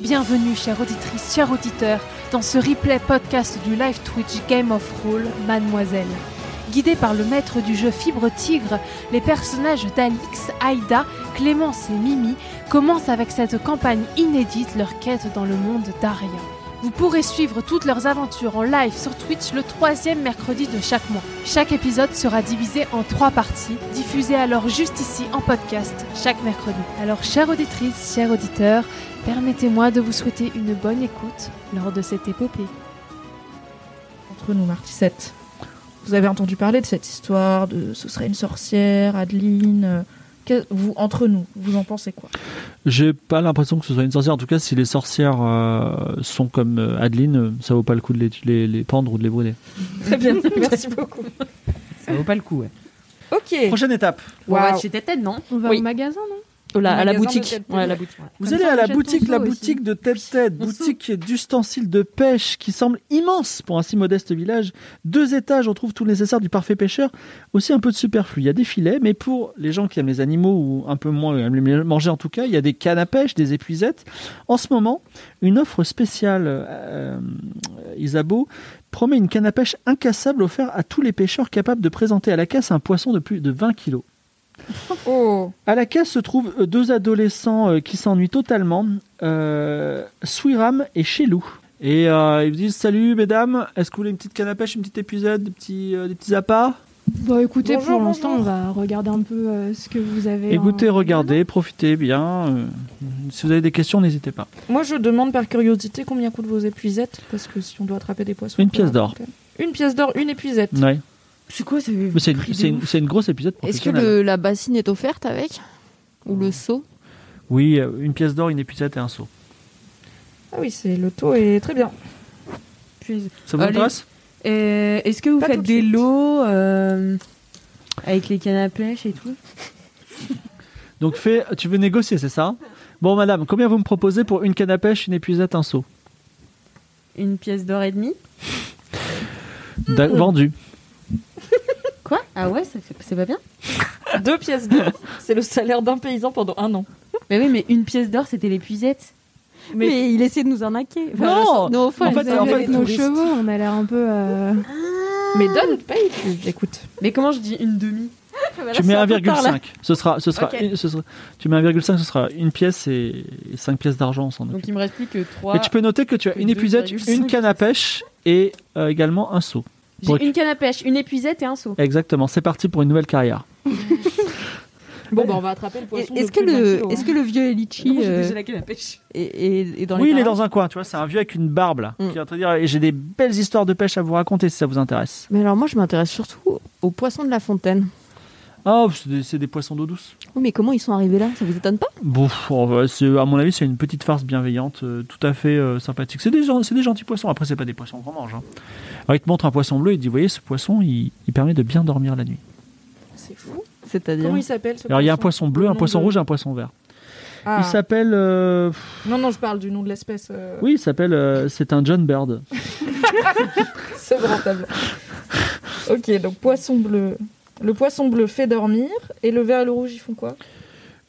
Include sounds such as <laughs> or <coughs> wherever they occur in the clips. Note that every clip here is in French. Bienvenue, chère auditrice, chers auditeurs, dans ce replay podcast du live Twitch Game of Roll Mademoiselle. Guidés par le maître du jeu Fibre Tigre, les personnages d'Alix, Aïda, Clémence et Mimi commencent avec cette campagne inédite leur quête dans le monde d'Aria. Vous pourrez suivre toutes leurs aventures en live sur Twitch le troisième mercredi de chaque mois. Chaque épisode sera divisé en trois parties, diffusées alors juste ici en podcast chaque mercredi. Alors, chère auditrice, chers auditeurs, permettez-moi de vous souhaiter une bonne écoute lors de cette épopée. entre nous, Martissette. Vous avez entendu parler de cette histoire, de ce serait une sorcière, Adeline. euh, que- vous, entre nous, vous en pensez quoi J'ai pas l'impression que ce soit une sorcière. En tout cas, si les sorcières euh, sont comme euh, Adeline, euh, ça vaut pas le coup de les, les- les pendre ou de les brûler. Très bien, merci beaucoup. Ça vaut pas le coup, ouais. Ok. Prochaine étape. On va Waouh. chez Tétède, non On va Oui. au magasin, non Là, à la Magasin de boutique. Tête Ouais, à la boutique. Vous Comme allez ça, à on la achète boutique, son la seau boutique de Tête-Tête, boutique d'ustensiles de pêche qui semble immense pour un si modeste village. Deux étages, on trouve tout le nécessaire du parfait pêcheur, aussi un peu de superflu. Il y a des filets, mais pour les gens qui aiment les animaux ou un peu moins aiment les manger en tout cas, il y a des cannes à pêche, des épuisettes. En ce moment, une offre spéciale, euh, euh, Isabeau, promet une canne à pêche incassable offerte à tous les pêcheurs capables de présenter à la casse un poisson de plus de 20 kilos. Oh. À la case se trouvent euh, deux adolescents euh, qui s'ennuient totalement, euh, Swiram et Chelou. Et euh, ils vous disent Salut mesdames, est-ce que vous voulez une petite canne à pêche, une petite épuisette, des petits, euh, des petits appâts Bon, Bah, écoutez, Bonjour, pour l'instant, on bonjour. va regarder un peu euh, ce que vous avez. Écoutez, en- regardez, profitez bien. euh, si vous avez des questions, n'hésitez pas. Moi, je demande par curiosité combien coûtent vos épuisettes, parce que si on doit attraper des poissons. Une on peut pièce raconter. d'or. Une pièce d'or, une épuisette. Ouais. C'est quoi ce Mais C'est une, prix de c'est une- ouf c'est une grosse épisode Est-ce que professionnelle. le- la bassine est offerte avec Ou Mmh. le seau Oui, euh, une pièce d'or, une épuisette et un seau. Ah oui, c'est le taux est très bien. Punaise. Ça vous Allez. intéresse Euh, Est-ce que vous Pas tout faites de des suite. lots euh, avec les cannes à pêche et tout Donc fais, tu veux négocier, c'est ça Bon madame, combien vous me proposez pour une canne à pêche, une épuisette, un seau Une pièce d'or et demie D'a- Vendu. Quoi Ah ouais, ça fait- c'est pas bien Deux pièces <laughs> d'or, c'est le salaire d'un paysan pendant un an. Mais oui, mais une pièce d'or, c'était l'épuisette. mais... il essaie de nous arnaquer. Enfin, Non le- Non, En Vous fait, avez en fait, avec nos touristes. chevaux, on a l'air un peu. euh, Mais donne, paye, tu- j'écoute. Mais comment je dis une demi Bah, Tu mets 1,5. Ce sera, ce sera, Ok. une- ce sera- tu mets 1,5, ce sera une pièce et 5 pièces d'argent on s'en occupe. Donc il me reste plus que trois. Mais tu peux noter que tu as une épuisette, 2,5. une canne à pêche et euh, également un seau. J'ai Pour- une canne à pêche, une épuisette et un seau. Exactement, c'est parti pour une nouvelle carrière. Bon, bah, on va attraper le poisson. Est-ce que, le, hein. est que le vieux Elichi euh, la canne à pêche. est, est- est dans les Oui, il est parages dans un coin, tu vois, c'est un vieux avec une barbe là, Mm. qui est en train de dire j'ai des belles histoires de pêche à vous raconter si ça vous intéresse. Mais alors, moi, je m'intéresse surtout aux poissons de la fontaine. Oh, c'est des, c'est des poissons d'eau douce. Oui, mais comment ils sont arrivés là Ça vous étonne pas Bon, pff, on va- c'est- à mon avis, c'est une petite farce bienveillante, euh, tout à fait euh, sympathique. C'est des, gen- c'est des gentils poissons. Après, c'est pas des poissons qu'on mange. hein. Alors, il te montre un poisson bleu. Il te dit, vous voyez, ce poisson, il, il permet de bien dormir la nuit. C'est fou. C'est-à-dire Comment il s'appelle ce Alors, il y a un poisson bleu, un Nom poisson de- rouge, et un poisson vert. Ah. Il s'appelle. euh, pff, Non, non, je parle du nom de l'espèce. euh, oui, il s'appelle. euh, c'est un John Bird. C'est rentable. ok, donc poisson bleu. Le poisson bleu fait dormir et le vert et le rouge ils font quoi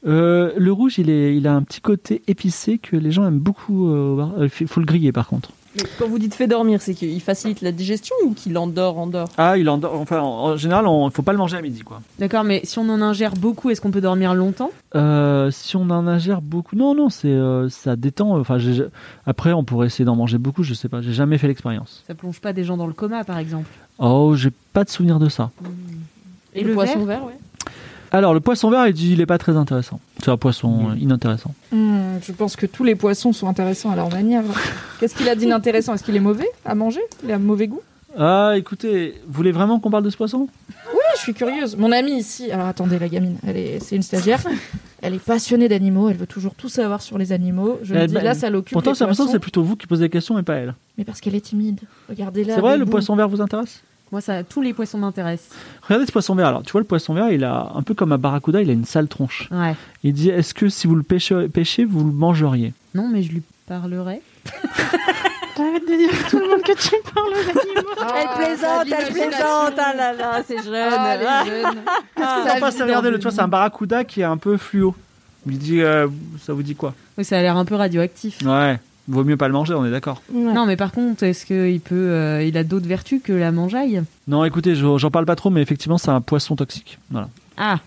Euh, le rouge, il, est, il a un petit côté épicé que les gens aiment beaucoup. euh, au bar- euh, Il faut le griller, par contre. Mais Quand vous dites fait dormir, c'est qu'il facilite la digestion ou qu'il endort, endort Ah, il endort- Enfin, en en général, il faut pas le manger à midi, quoi. D'accord, mais si on en ingère beaucoup, est-ce qu'on peut dormir longtemps Euh, si on en ingère beaucoup, non, non, c'est euh, ça détend. Enfin, j'ai- après, on pourrait essayer d'en manger beaucoup. Je sais pas, j'ai jamais fait l'expérience. Ça plonge pas des gens dans le coma, par exemple. Oh, j'ai pas de souvenir de ça. Et le poisson verre vert, ouais. Alors, le poisson vert, il, dit- il est pas très intéressant. C'est un poisson euh, inintéressant. Hmm, Je pense que tous les poissons sont intéressants à leur manière. Qu'est-ce qu'il a d'inintéressant Est-ce qu'il est mauvais à manger Il a mauvais goût Ah, écoutez, vous voulez vraiment qu'on parle de ce poisson Ah, je suis curieuse. Mon amie ici, alors attendez, la gamine, elle est, c'est une stagiaire. Elle est passionnée d'animaux, elle veut toujours tout savoir sur les animaux. Je Eh me dis, ben, là, ça l'occupe. Pourtant, les j'ai l'impression que poissons. c'est plutôt vous qui posez la question et pas elle. Mais parce qu'elle est timide. Regardez là. C'est vrai, le poisson vert vous intéresse Moi, ça, tous les poissons m'intéressent. Regardez ce poisson vert. Alors, tu vois, le poisson vert, il a un peu comme un barracuda, il a une sale tronche. Ouais. Il dit Est-ce que si vous le pêchez, pêchez, vous le mangeriez Non, mais je lui <laughs> parlerai. Arrête de dire à tout le monde que tu parles aux animaux. elle plaisante, elle plaisante. Ah là là, c'est jeune. Ah, <laughs> Ça passe, regardez, le, tu vois, c'est un barracuda qui est un peu fluo. Il dit euh, Ça vous dit quoi Oui, ça a l'air un peu radioactif. Ouais, vaut mieux pas le manger, on est d'accord. Ouais. Non, mais par contre, est-ce qu'il peut, euh, il a d'autres vertus que la mangeaille Non, écoutez, je- j'en parle pas trop, mais effectivement, c'est un poisson toxique. Voilà. Ah,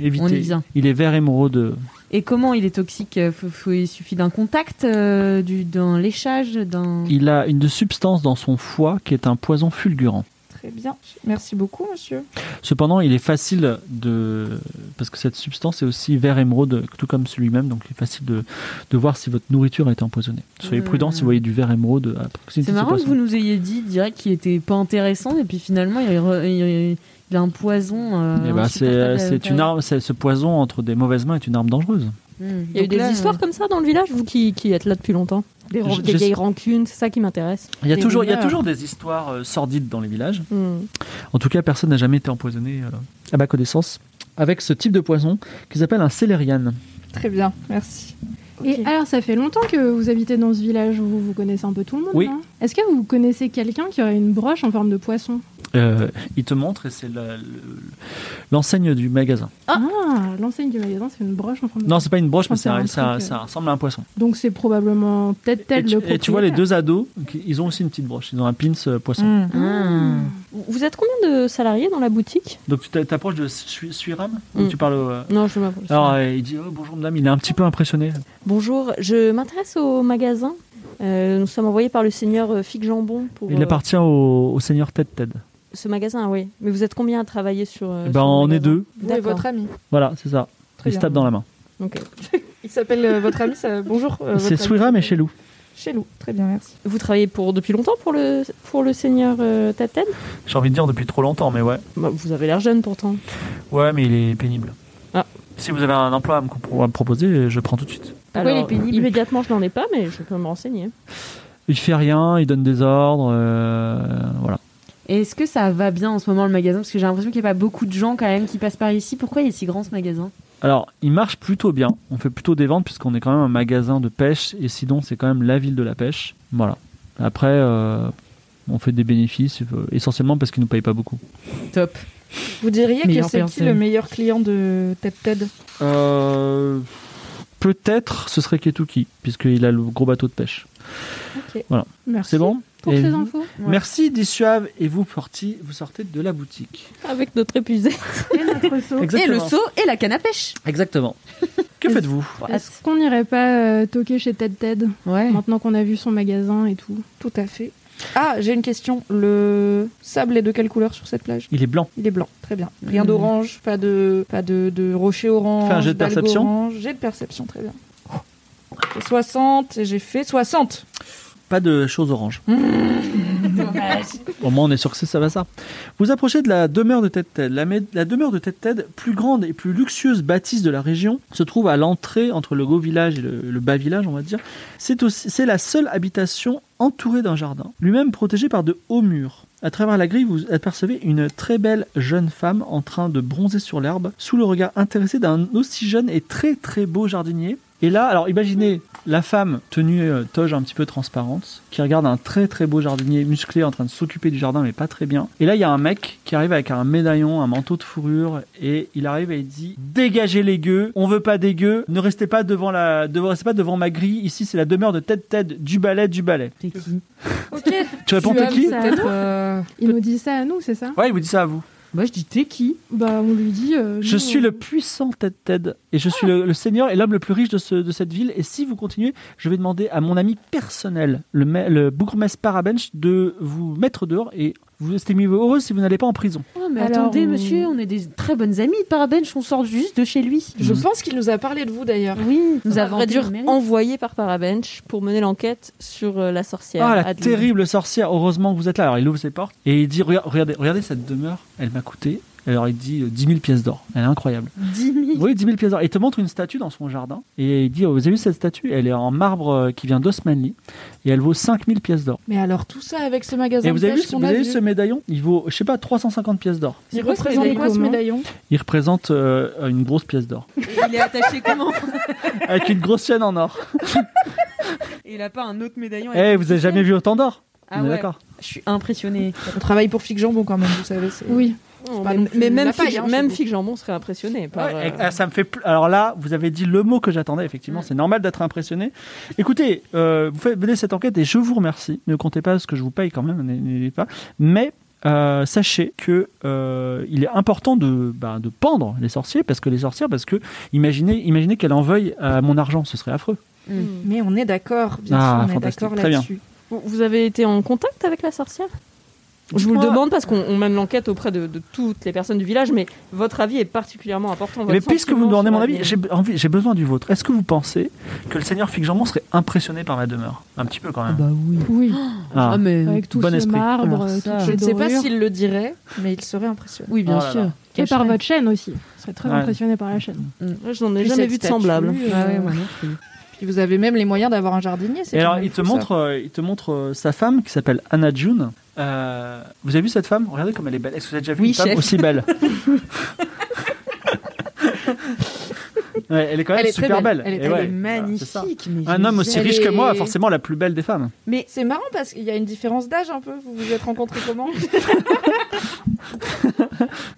Évitez. On y vient. Il est vert émeraude. et comment il est toxique Euh, Faut- faut- Il suffit d'un contact, euh, du- d'un léchage, d'un. Il a une substance dans son foie qui est un poison fulgurant. Très bien. Merci beaucoup, monsieur. Cependant, il est facile de. Parce que cette substance est aussi vert émeraude, tout comme celui-même, donc il est facile de, de voir si votre nourriture est empoisonnée. Soyez Mmh. prudent si vous voyez du vert émeraude à proximité C'est de ce marrant que poisson. vous nous ayez dit direct qu'il était pas intéressant et puis finalement il, re- il- il a un poison. euh, Eh ben, c'est insupportable à euh, c'est une E. l'intérieur. arme, c'est- ce poison entre des mauvaises mains est une arme dangereuse. Hmm. Il y a eu Donc des là, histoires euh, comme ça dans le village, vous qui, qui êtes là depuis longtemps Des, ran- Je- des je- vieilles rancunes, c'est ça qui m'intéresse. Il y a Des toujours, il y a rumeurs. toujours des histoires euh, sordides dans les villages. Hmm. En tout cas, personne n'a jamais été empoisonné euh, à ma connaissance avec ce type de poison qu'ils appellent un célériane. Très bien. Merci. Et alors, ça fait longtemps que vous habitez dans ce village où vous connaissez un peu tout le monde. Oui. non Est-ce que vous connaissez quelqu'un qui aurait une broche en forme de poisson Euh, il te montre et c'est la- le- l'enseigne du magasin. Ah, l'enseigne du magasin, c'est une broche en forme de Non, c'est pas une broche, Je mais pense ça, à un ça, truc, euh. ça ressemble à un poisson. Donc c'est probablement peut-être Et tel tu, le et tu vois les propriétaire. Mm. deux ados, qui- ils ont aussi une petite broche. Ils ont un pins euh, poisson. hmm. Vous vous êtes combien de salariés dans la boutique Donc tu t'a- t'approches de Su- Suiram ou Mm. tu parles. au, euh, Non, je m'approche. Alors euh, il dit oh, bonjour madame. Il est un petit peu impressionné. Bonjour, je m'intéresse au magasin. Euh, nous sommes envoyés par le seigneur euh, Fig Jambon pour Il euh, appartient au, au seigneur Ted Ted. ce magasin, oui. Mais vous êtes combien à travailler sur. euh, Eh sur ben le on est magasin deux. Vous et D'accord. votre ami. Voilà, c'est ça. Très Il se bien. tape dans la main. Ok. Il s'appelle euh, votre ami. Ça... Bonjour. euh, votre C'est ami. Suiram et Chelou. Chez nous. Très bien, merci. Vous travaillez pour, depuis longtemps pour le, pour le seigneur euh, Taten J'ai envie de dire depuis trop longtemps, mais ouais. Bah, Vous avez l'air jeune pourtant. Ouais, mais il est pénible. Ah. Si vous avez un emploi à me, compro- à me proposer, je prends tout de suite. Pourquoi il est Alors, pénible Immédiatement, je n'en ai pas, mais je peux me renseigner. Il fait rien, il donne des ordres, euh, voilà. Et Est-ce que ça va bien en ce moment le magasin Parce que j'ai l'impression qu'il n'y a pas beaucoup de gens quand même qui passent par ici. Pourquoi il est si grand ce magasin Alors, il marche plutôt bien. On fait plutôt des ventes puisqu'on est quand même un magasin de pêche et Sidon, c'est quand même la ville de la pêche. Voilà. Après, euh, on fait des bénéfices euh, essentiellement parce qu'ils nous payent pas beaucoup. Top. Vous diriez que Meilleure c'est qui personne. le meilleur client de Ted Ted Euh, peut-être ce serait Ketuki puisqu'il a le gros bateau de pêche. Merci C'est bon Pour Et ces vous- infos. Ouais. Merci Dissuave et vous, sorti- vous sortez de la boutique. Avec notre épuisé. Et notre saut. Exactement. Et le seau et la canne à pêche. Exactement. Que faites-vous Est-ce qu'on n'irait pas euh, toquer chez Ted Ted Ouais. maintenant qu'on a vu son magasin et tout Tout à fait. Ah, j'ai une question. Le sable est de quelle couleur sur cette plage Il est blanc. Il est blanc, très bien. Rien Mm. d'orange, pas de, pas de, de rocher orange. Fais un jet de d'algue perception. orange. J'ai de perception, très bien. J'ai 60 et j'ai fait 60. Pas de choses oranges. Au moins, on est sûr que c'est ça va ça. Vous approchez de la demeure de Ted Ted. La, mé- la demeure de Ted Ted, plus grande et plus luxueuse bâtisse de la région, se trouve à l'entrée entre le haut village et le, le bas village, on va dire. C'est aussi- c'est la seule habitation entourée d'un jardin, lui-même protégé par de hauts murs. À travers la grille, vous apercevez une très belle jeune femme en train de bronzer sur l'herbe, sous le regard intéressé d'un aussi jeune et très très beau jardinier. Et là, alors imaginez la femme tenue euh, toge un petit peu transparente, qui regarde un très très beau jardinier musclé en train de s'occuper du jardin, mais pas très bien. Et là, il y a un mec qui arrive avec un médaillon, un manteau de fourrure, et il arrive et il dit Dégagez les gueux, on veut pas des gueux, ne restez pas devant, la, devant- restez pas devant ma grille, ici c'est la demeure de Ted Ted, du balai, du balai. C'est qui Ok. Tu réponds T'es qui ça. Peut-être, euh, Il nous dit ça à nous, c'est ça Ouais, il vous dit ça à vous. Moi je dis t'es qui Bah on lui dit. euh, Je nous, suis on- le puissant Ted Ted et je suis le, le seigneur et l'homme le plus riche de, ce- de cette ville. Et si vous continuez, je vais demander à mon ami personnel, le, ma- le bourgmestre Parabench, de vous mettre dehors et Vous êtes mieux heureux si vous n'allez pas en prison. Oh, mais Alors, attendez, on- monsieur, on est des très bonnes amies. Parabench, on sort juste de chez lui. Je Je Mm. pense qu'il nous a parlé de vous d'ailleurs. Oui, nous Ça avons aurait dû être envoyé par Parabench pour mener l'enquête sur euh, la sorcière. Ah, la Adeline. terrible sorcière, heureusement que vous êtes là. Alors il ouvre ses portes et il dit Rega- Regardez, regardez cette demeure, elle m'a coûté. Alors il dit euh, 10 000 pièces d'or, elle est incroyable. 10 000. Oui, 10 000 pièces d'or. Et il te montre une statue dans son jardin et il dit oh, Vous avez vu cette statue Elle est en marbre euh, qui vient d'Osmanli et elle vaut 5 000 pièces d'or. Mais alors tout ça avec ce magasin Et vous de avez vu, pêche ce- qu'on vous a avez vu vu. ce médaillon Il vaut, je sais pas, 350 pièces d'or. Il quoi ce représente quoi ce médaillon Il représente euh, une grosse pièce <laughs> d'or Et Il est attaché comment avec une grosse chaîne en or. Et il a pas un autre médaillon. Eh, vous avez jamais vu autant d'or Ah On est ouais, d'accord. je suis impressionnée. On travaille pour Fig Jambon quand même, vous savez. c'est- Oui. Non, pas Oh, mais, non plus mais même, la paille, Fig- hein, même chez Fig Jambon serait impressionné. Ah Par, Ouais, euh, eh, ça me fait pl- Alors là, vous avez dit le mot que j'attendais, effectivement. C'est normal d'être impressionné. Écoutez, euh, vous faites mener cette enquête et je vous remercie. Ne comptez pas ce que je vous paye quand même, n- n'hésitez pas. Mais euh, sachez que euh, il est important de, bah, de pendre les sorciers, parce que les sorcières, parce que imaginez, imaginez qu'elles en veuillent à mon argent, ce serait affreux. hmm. Mais on est d'accord, bien Ah, sûr, on est fantastique, d'accord très bien. là-dessus. Vous- Vous avez été en contact avec la sorcière Je vous le Moi- demande parce qu'on on mène l'enquête auprès de, de toutes les personnes du village, mais votre avis est particulièrement important. votre Mais puisque vous me sentiment demandez mon avis, sur l'avenir. j'ai envie- j'ai besoin du vôtre. Est-ce que vous pensez que le seigneur Figjambon serait impressionné par ma demeure Un petit peu quand même. bah oui. Oui. Ah. mais. Avec tout bon ce esprit. marbre, Alors euh, ça. toutes Je ces ne sais pas dorures. s'il le dirait, mais il serait impressionné. Oui, bien Oh là sûr. là. Et par Cacherait. votre chaîne aussi. Je serais très Ouais. impressionné par la chaîne. Ouais, Je n'en ai Puis jamais cette vu de statue, semblable. euh, Ah ouais, moi non plus. Puis vous avez même les moyens d'avoir un jardinier. c'est Et quand alors, même il te, fou, ça. montre, euh, il te montre euh, sa femme qui s'appelle Anna June. Euh, vous avez vu cette femme Regardez comme elle est belle. Est-ce que vous avez déjà vu Oui, une femme chef. aussi <laughs> belle Ouais, Elle est quand même Elle est très super belle. belle. Elle est Et très ouais, belle. voilà, c'est ça. mais Un homme aussi Elle riche que moi, est- forcément la plus belle des femmes. C'est marrant parce qu'il y a une différence d'âge un peu. Vous vous êtes rencontrés comment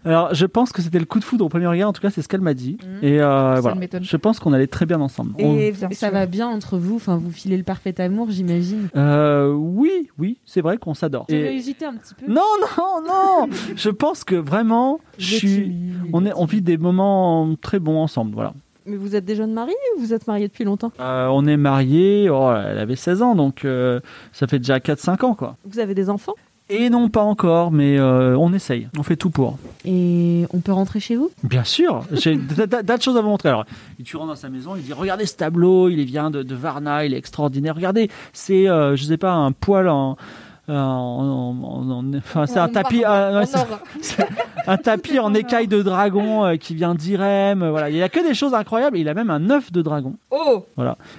Alors, je pense que c'était le coup de foudre au premier regard. En tout cas, c'est ce qu'elle m'a dit. Et euh, Mm. Ça voilà. ne m'étonne pas. Je pense qu'on allait très bien ensemble. <laughs> On- Et Bien ça sûr. va bien entre vous, enfin vous filez le parfait amour, j'imagine. Euh, oui, oui, c'est vrai qu'on s'adore. J'ai Et- hésité un petit peu. Non, non, non Je pense que vraiment, je suis... on, est, on vit des moments très bons ensemble. Voilà. Mais vous êtes des jeunes mariés ou vous êtes mariés depuis longtemps Euh, on est mariés, oh, elle avait 16 ans, donc euh, ça fait déjà 4-5 ans, quoi. Vous avez des enfants Et non, pas encore, mais euh, on essaye, on fait tout pour. Et on peut rentrer chez vous Bien sûr, j'ai da- da- tas de choses à vous montrer. Alors, il- tu rentres dans sa maison, il dit Regardez ce tableau, il vient de, de Varna, il est extraordinaire. Regardez, c'est, euh, je sais pas, un poil en. en- en- en- enfin, c'est un En tapis, marbre, ah, ouais, en c'est- or. un tapis en écaille de dragon euh, qui vient d'Irem. euh, Voilà, il y a que des choses incroyables. Il a même un œuf de dragon. Oh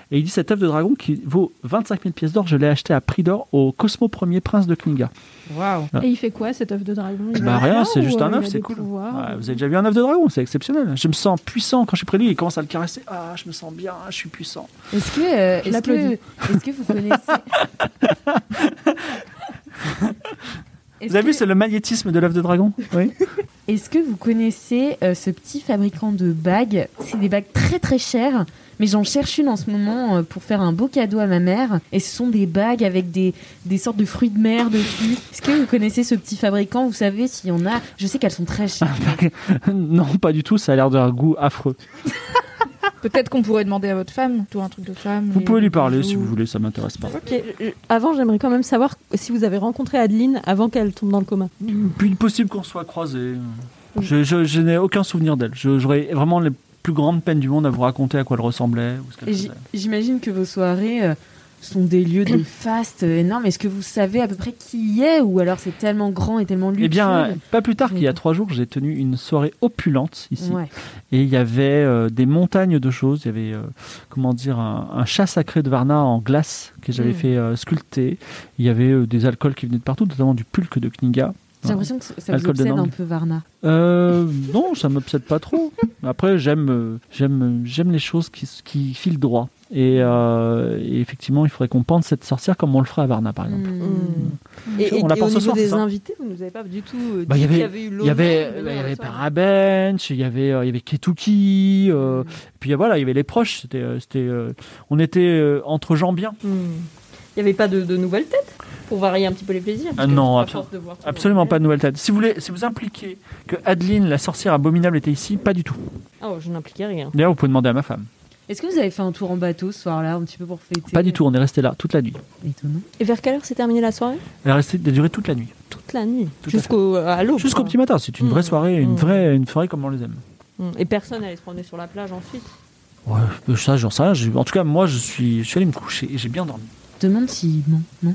Et il dit cette œuvre de dragon qui vaut 25 000 pièces d'or, je l'ai achetée à prix d'or au Cosmo Premier Prince de Klinga. Waouh Ah. Et il fait quoi cette œuf de dragon Il Bah a rien, un c'est ou, juste euh, un il a œuf, c'est des cool. pouvoirs, Ouais, ou- vous avez déjà vu un œuf de dragon, c'est exceptionnel. Je me sens puissant quand je suis près de lui, il commence à le caresser. Ah, je me sens bien, je suis puissant. Est-ce que, euh, est-ce que, l'applaudis. est-ce que vous connaissez <laughs> Est-ce Vous avez que- vu, c'est le magnétisme de l'œuf de dragon Oui. Est-ce que vous connaissez euh, ce petit fabricant de bagues C'est des bagues très très chères, mais j'en cherche une en ce moment euh, pour faire un beau cadeau à ma mère. Et ce sont des bagues avec des, des sortes de fruits de mer dessus. Est-ce que vous connaissez ce petit fabricant Vous savez s'il y en a Je sais qu'elles sont très chères. <laughs> non, pas du tout, ça a l'air d'un goût affreux. Peut-être qu'on pourrait demander à votre femme, tout un truc de femme. Vous les- pouvez lui les parler bijoux. si vous voulez, ça m'intéresse pas. Ok. Avant, j'aimerais quand même savoir si vous avez rencontré Adeline avant qu'elle tombe dans le Hmm. coma. Puis possible qu'on soit croisés. Je, je- je n'ai aucun souvenir d'elle. Je- J'aurais vraiment les plus grandes peines du monde à vous raconter à quoi elle ressemblait ou ce qu'elle Et faisait. j- J'imagine que vos soirées euh, sont des <coughs> lieux de faste euh, énormes. Est-ce que vous savez à peu près qui y est Ou alors c'est tellement grand et tellement luxueux Eh bien, pas plus tard Oui. qu'il y a trois jours, j'ai tenu une soirée opulente ici. Ouais. Et il y avait euh, des montagnes de choses. Il y avait, euh, comment dire, un, un chat sacré de Varna en glace que j'avais Mm. fait euh, sculpter. Il y avait euh, des alcools qui venaient de partout, notamment du pulque de Kninga. J'ai l'impression que ça vous Alcool de obsède un Nantes. peu, Varna. Euh, non, ça m'obsède pas trop. Après, j'aime, euh, j'aime, j'aime les choses qui, s- qui filent droit. Et, euh, et effectivement, il faudrait qu'on pende cette sorcière comme on le ferait à Varna, par exemple. Mm. Hmm. Et, On et- l'a et pas au ce niveau soir, c'est des ça invités, vous ne nous avez pas du tout euh, dit Bah, il y qu'il avait- y avait eu Il y l'honneur avait, de il y venir avait le soir. Parabench, il y avait, euh, il y avait Ketuki, euh, Mm. puis euh, voilà, il y avait les proches. C'était, euh, c'était, euh, on était euh, entre gens bien. Hmm. Il n'y avait pas de, de nouvelles têtes pour varier un petit peu les plaisirs. parce Ah que non, à absolu- force de voir tout le monde. Absolument pas de nouvelles têtes. Si vous voulez, si vous impliquez que Adeline, la sorcière abominable, était ici, pas du tout. Ah, oh, je n'impliquais rien. D'ailleurs, vous pouvez demander à ma femme. Est-ce que vous avez fait un tour en bateau ce soir-là, un petit peu pour fêter Pas du tout, on est resté là toute la nuit. Étonnant. Et vers quelle heure s'est terminée la soirée Elle a resté, elle a duré toute la nuit. Toute la nuit. Tout à fait. Jusqu'au euh, à Oh, l'aube. Jusqu'au quoi. petit matin, c'est une vraie Mmh. Mm. soirée, une Mm. vraie une soirée comme on les aime. Mm. Et personne n'allait se promener sur la plage ensuite. Ouais, euh, ça, j'en sais rien. J'ai- En tout cas, moi, je suis, je suis allé me coucher et j'ai bien dormi. Demande s'il ment, non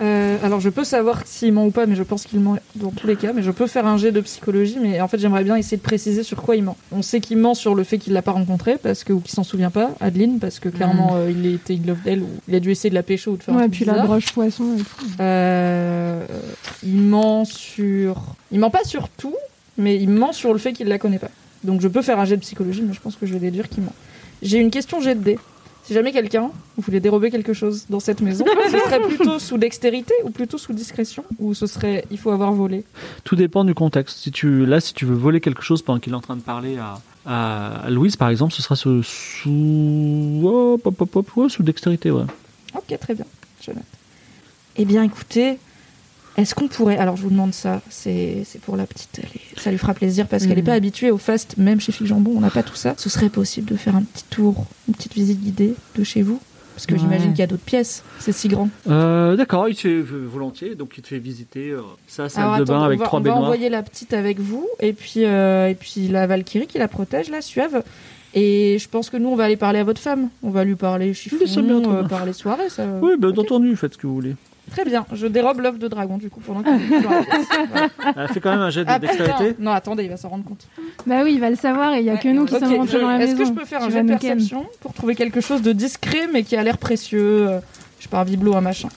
Euh, alors je peux savoir s'il ment ou pas, mais je pense qu'il ment dans tous les cas. Mais je peux faire un jet de psychologie, mais en fait j'aimerais bien essayer de préciser sur quoi il ment. On sait qu'il ment sur le fait qu'il l'a pas rencontré parce que ou qu'il s'en souvient pas, Adeline, parce que clairement euh, il était in love d'elle ou il a dû essayer de la pêcher ou de faire. un Mm. Ouais, truc puis la bizarre. broche poisson et tout. Euh, il ment sur. Il ment pas sur tout, mais il ment sur le fait qu'il la connaît pas. Donc je peux faire un jet de psychologie, mais je pense que je vais déduire qu'il ment. J'ai une question jet de dés. Si jamais quelqu'un voulait dérober quelque chose dans cette maison, ce serait plutôt sous dextérité ou plutôt sous discrétion Ou ce serait il faut avoir volé Tout dépend du contexte. Si tu, là, si tu veux voler quelque chose pendant qu'il est en train de parler à, à- à Louise, par exemple, ce sera sous, sous, oh, pop, pop, pop, ouais, sous dextérité, ouais. Ok, très bien. Je note. Eh bien écoutez, est-ce qu'on pourrait. Alors je vous demande ça, c'est c'est pour la petite. elle est- Ça lui fera plaisir parce qu'elle n'est Mhm. pas habituée au fast, même chez Fille Jambon, on n'a pas tout ça. Ce serait possible de faire un petit tour, une petite visite guidée de chez vous Parce que Ouais. j'imagine qu'il y a d'autres pièces, c'est si grand. Euh, D'accord, il te fait euh, volontiers, donc il te fait visiter euh, sa salle Alors, de attends, bain on avec va- trois on baignoires. va envoyer la petite avec vous, et puis, euh, et puis la Valkyrie qui la protège, la Suave. Et je pense que nous, on va aller parler à votre femme. On va lui parler chiffon, ça me vient, très euh, bien. parler soirée. Ça... Oui, bien Ok. entendu, faites ce que vous voulez. Très bien, je dérobe l'œuf de dragon, du coup, pendant que vous parlez. <laughs> Voilà. Elle fait quand même un jet de Ah, dextérité. putain. Non, attendez, il va s'en rendre compte. Bah oui, il va le savoir et il y a que nous qui Ok, sommes rentrés je- dans la Est-ce maison. que je peux faire un Tu jet de vas nous ken. perception pour trouver quelque chose de discret mais qui a l'air précieux euh, Je pars bibelot, un machin.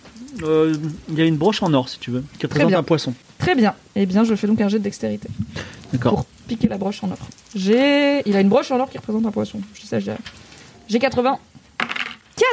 Euh, Il y a une broche en or, si tu veux, qui représente bien. un poisson. Très bien. Eh bien, je fais donc un jet de dextérité. D'accord. Piquer la broche en or. J'ai. Il a une broche en or qui représente un poisson. Je sais, j'ai. J'ai 80.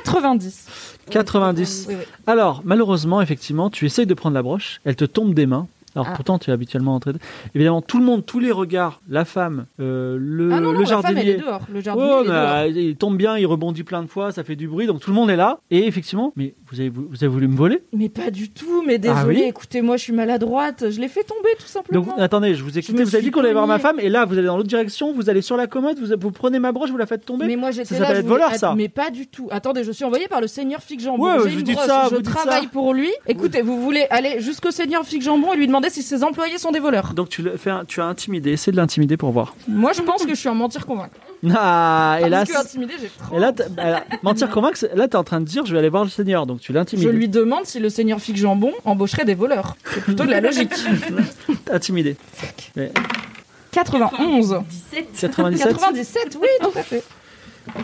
90. 90. Oui, oui. Alors, malheureusement, effectivement, tu essayes de prendre la broche, elle te tombe des mains. Alors Ah. pourtant, tu es habituellement entré. Évidemment, tout le monde, tous les regards, la femme, euh, le, ah non, non, le la femme, elle est jardinier. dehors. Le jardinier, Ouais, il est mais, dehors. euh, il tombe bien, il rebondit plein de fois, ça fait du bruit, donc tout le monde est là. Et effectivement, mais vous avez, vous avez voulu me voler Mais pas du tout, mais désolé, Ah oui écoutez-moi, je suis maladroite. Je l'ai fait tomber, tout simplement. Donc euh, attendez, je vous ai quitté, me vous avez suis dit qu'on allait voir ma cognée. femme, et là vous allez dans l'autre direction, vous allez sur la commode, vous, vous prenez ma broche, vous la faites tomber. Mais moi j'étais Ça là. s'appelle je être voulais- voleur, ça. Mais pas du tout. Attendez, je suis envoyé par le seigneur Fig Jambon. Ouais, J'ai je une dis broche, ça, je vous dites travaille ça. pour lui. Écoutez, vous voulez aller jusqu'au seigneur Fig Jambon et lui demander si ses employés sont des voleurs. Donc tu, le fais, un- tu as intimidé, essaie de l'intimider pour voir. <laughs> Moi je pense que je suis un mentir convaincre. Ah, hélas. Parce que intimidé, j'ai trop. Et là, t'as- bah, là, mentir convaincre, c'est- là t'es en train de dire je vais aller voir le Seigneur, donc tu l'intimides. Je lui demande si le seigneur Fig Jambon embaucherait des voleurs. C'est plutôt de la <laughs> logique. Intimidé. 91. 97. 97, oui, tout à fait.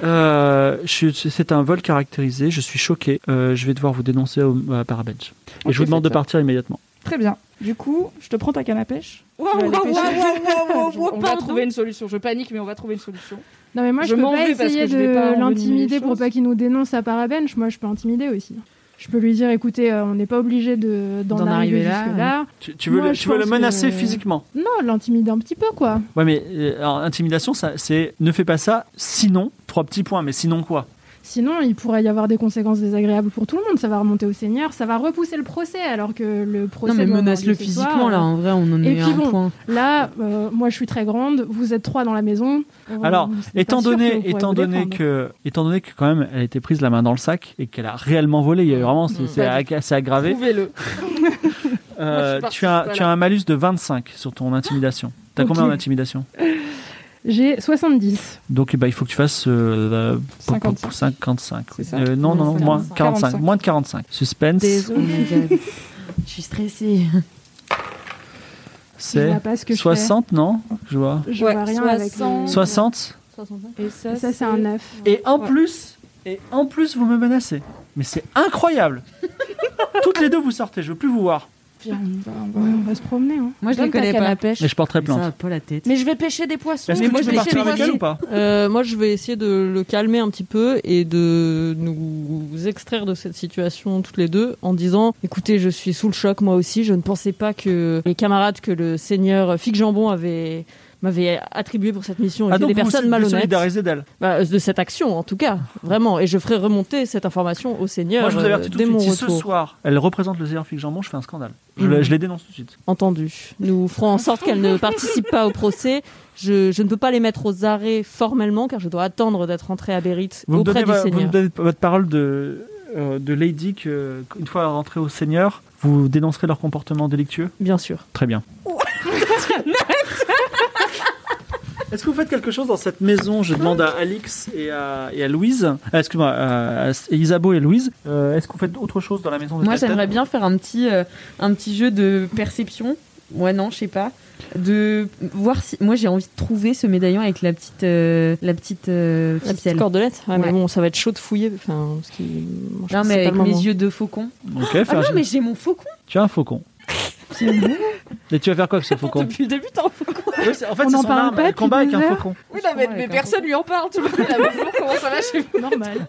Euh, je suis- c'est un vol caractérisé, je suis choqué. Euh, je vais devoir vous dénoncer au, à Parabench. Et Ok, je vous demande de faites ça. partir immédiatement. Très bien. Du coup, je te prends ta canne à pêche. Waouh, Tu vas aller waouh, pêcher. waouh, waouh, waouh, On va pardon. trouver une solution. Je panique, mais on va trouver une solution. Non, mais moi, Je je, peux m'en pas vais parce essayer que je vais pas envenimer de les l'intimider pour choses. pas qu'il nous dénonce à Parabench. Moi, je peux intimider aussi. Je peux lui dire, écoutez, euh, on n'est pas obligé de- d'en D'en arriver, arriver là, jusque-là. Tu, tu veux, Moi, le, je tu veux le pense menacer que- physiquement. Non, l'intimider un petit peu, quoi. Ouais, mais euh, alors, intimidation, ça, c'est ne fais pas ça, sinon, trois petits points, mais sinon quoi Sinon, il pourrait y avoir des conséquences désagréables pour tout le monde. Ça va remonter au Seigneur, ça va repousser le procès, alors que le procès. Non, mais doit avoir menace-le lieu ce soir. physiquement, là, hein. en vrai, on en Et est à puis un bon, <laughs> point. Là, euh, moi, je suis très grande. Vous êtes trois dans la maison. Euh, Alors, c'est pas étant sûr que vous donné, pourrez étant vous donné défendre. que, étant donné que quand même, elle a été prise la main dans le sac et qu'elle a réellement volé, il y a eu Mm. vraiment, c'est- c'est Pas ag- c'est aggravé. Trouvez-le. Moi, je <laughs> Euh, suis partie, tu as, voilà. tu as un malus de 25 sur ton intimidation. T'as Ok. combien en intimidation J'ai 70. Donc, eh ben, il faut que tu fasses euh, la- 55. 55, oui. C'est ça Euh, non, non, non, moins 45. 45. Moins de 45. Suspense, Oh my God. Je suis <laughs> stressée. Je Euh, c'est vois pas ce que 60, non Je vois. je fais. Je Ouais, vois rien avec. le- 60. 60 Et Et Ça, c'est un 9. Et en Ouais. plus, et en plus, vous me menacez. Mais c'est incroyable Toutes les deux, vous sortez, je veux plus vous voir. Viens, on va- on va- Ouais, on va se promener. Hein. Moi, je Donne les ta connais canne pas. à pêche. Mais je porterai Ça plainte. a pas la tête. Mais je vais pêcher des poissons. Est-ce Mais que moi, tu je veux vais partir chez avec moi elle aussi. ou pas Euh, moi, je vais essayer de le calmer un petit peu et de nous extraire de cette situation toutes les deux en disant Écoutez, je suis sous le choc moi aussi. Je ne pensais pas que les camarades que le seigneur Fig Jambon avait m'avait attribué pour cette mission. Et Ah, c'est donc des vous personnes vous malhonnêtes. solidarisez d'elle. Bah, euh, de cette action, en tout cas, vraiment. Et je ferai remonter cette information au Seigneur Moi, je vous euh, avertis tout de dès mon suite. Si retour. ce soir, elle représente le Zéorphique Jambon, je fais un scandale. Je, Mhm. la- je les dénonce tout de suite. Entendu. Nous ferons en sorte qu'elle <laughs> ne participe pas au procès. Je, je ne peux pas les mettre aux arrêts formellement, car je dois attendre d'être entrée à Bérit Vous me, donnez, auprès du va- vous me Seigneur. donnez votre parole de, euh, de Lady que, une fois rentrée au Seigneur, vous dénoncerez leur comportement délictueux Bien sûr. Très bien. <laughs> Est-ce que vous faites quelque chose dans cette maison Je demande à Alix et à, et à Louise. Ah, Excuse-moi, à, à Isabeau et Louise. Euh, Est-ce que vous faites autre chose dans la maison de Moi, Talton j'aimerais bien faire un petit, euh, un petit jeu de perception. Ouais, non, je sais pas. De voir si. Moi, j'ai envie de trouver ce médaillon avec la petite, euh, la petite euh, La petite ficelle. cordelette Ouais, Ouais. mais bon, ça va être chaud de fouiller. Enfin, parce qu'il- moi, je Non, pense mais que c'est pas avec le mes moment. yeux de faucon. Ok, ah faire non, un- mais j'ai mon faucon. Tu as un faucon. C'est bon. Et tu vas faire quoi avec ce faucon Depuis le début, t'as un faucon. Oui, c'est- en fait, On c'est en son parle arme. pas Elle combat avec depuis un deux faucon. Oui, non, mais, mais personne lui en parle. Tout le monde est là, bonjour, comment ça va chez vous Normal.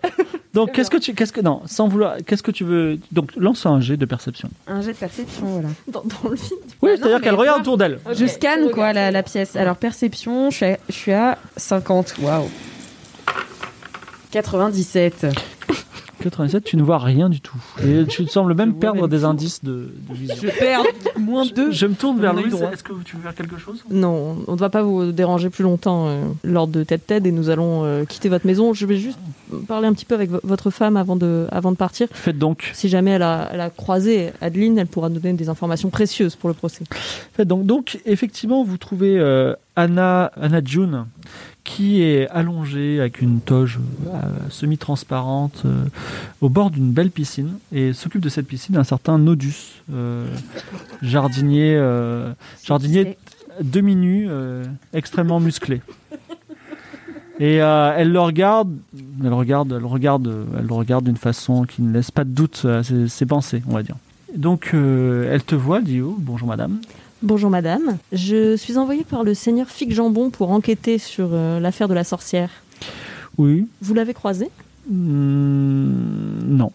Donc, qu'est-ce que tu. Qu'est-ce que. Non, sans vouloir. Qu'est-ce que tu veux. Donc, lance un jet de perception. Un jet de perception, voilà. Dans, le film. Oui, c'est-à-dire qu'elle regarde autour d'elle. Je scanne quoi la, la pièce. Alors perception, je suis à, je suis à 50. Waouh. 97. 97, tu ne vois rien du tout. Et tu te sembles même perdre des indices de, de vision. Je perds moins deux. Je me tourne vers On a eu Louise. droit. Est-ce que tu veux faire quelque chose Non, on ne va pas vous déranger plus longtemps euh, lors de Ted Ted et nous allons euh, quitter votre maison. Je vais juste parler un petit peu avec vo- votre femme avant de, avant de partir. Faites donc. Si jamais elle a, elle a croisé Adeline, elle pourra nous donner des informations précieuses pour le procès. Fait, donc, donc, effectivement, vous trouvez euh, Anna, Anna June qui est allongée avec une toge euh, semi-transparente euh, au bord d'une belle piscine et s'occupe de cette piscine un certain Nodus, euh, jardinier, euh, jardinier demi-nu, euh, extrêmement musclé. Et euh, elle le regarde, elle le regarde, elle le regarde, euh, elle le regarde d'une façon qui ne laisse pas de doute à ses, ses pensées, on va dire. Donc euh, elle te voit, elle dit oh, bonjour madame. Bonjour madame, je suis envoyée par le seigneur Fig Jambon pour enquêter sur euh, l'affaire de la sorcière. Oui. Vous l'avez croisée Hmm, non.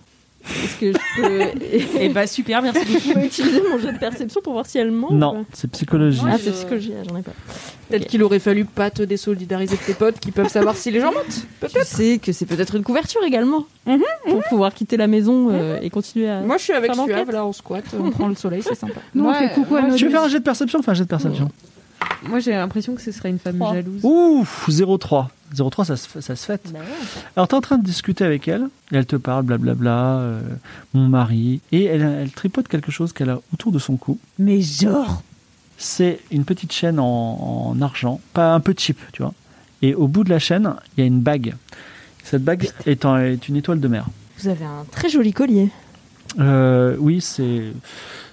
Est-ce que je <laughs> peux... Eh bah super, merci <laughs> beaucoup. Je peux utiliser mon jeu de perception pour voir si elle Oh. ment ou Non, pas c'est psychologie. Ah, c'est psychologie, ah, j'en ai pas. Peut-être qu'il aurait fallu pas te désolidariser de tes potes qui peuvent savoir si les gens mentent. Tu sais que c'est peut-être une couverture également pour pouvoir quitter la maison euh, et continuer à. Moi, je suis avec faire l'enquête. Suave, là, on squatte, on prend le soleil, c'est sympa. Nous, on Moi, fait coucou à moi, nos Tu veux deux. faire un jet de perception Enfin, un jet de perception. Moi j'ai l'impression que ce serait une femme jalouse. Ouf, 03. 03, ça se, fait- ça se fête. Alors, t'es en train de discuter avec elle, et elle te parle, blablabla, euh, mon mari, et elle, elle tripote quelque chose qu'elle a autour de son cou. Mais genre C'est une petite chaîne en, en argent, pas un peu cheap, tu vois. Et au bout de la chaîne, il y a une bague. Cette bague est, en- est une étoile de mer. Vous avez un très joli collier. Euh, oui, c'est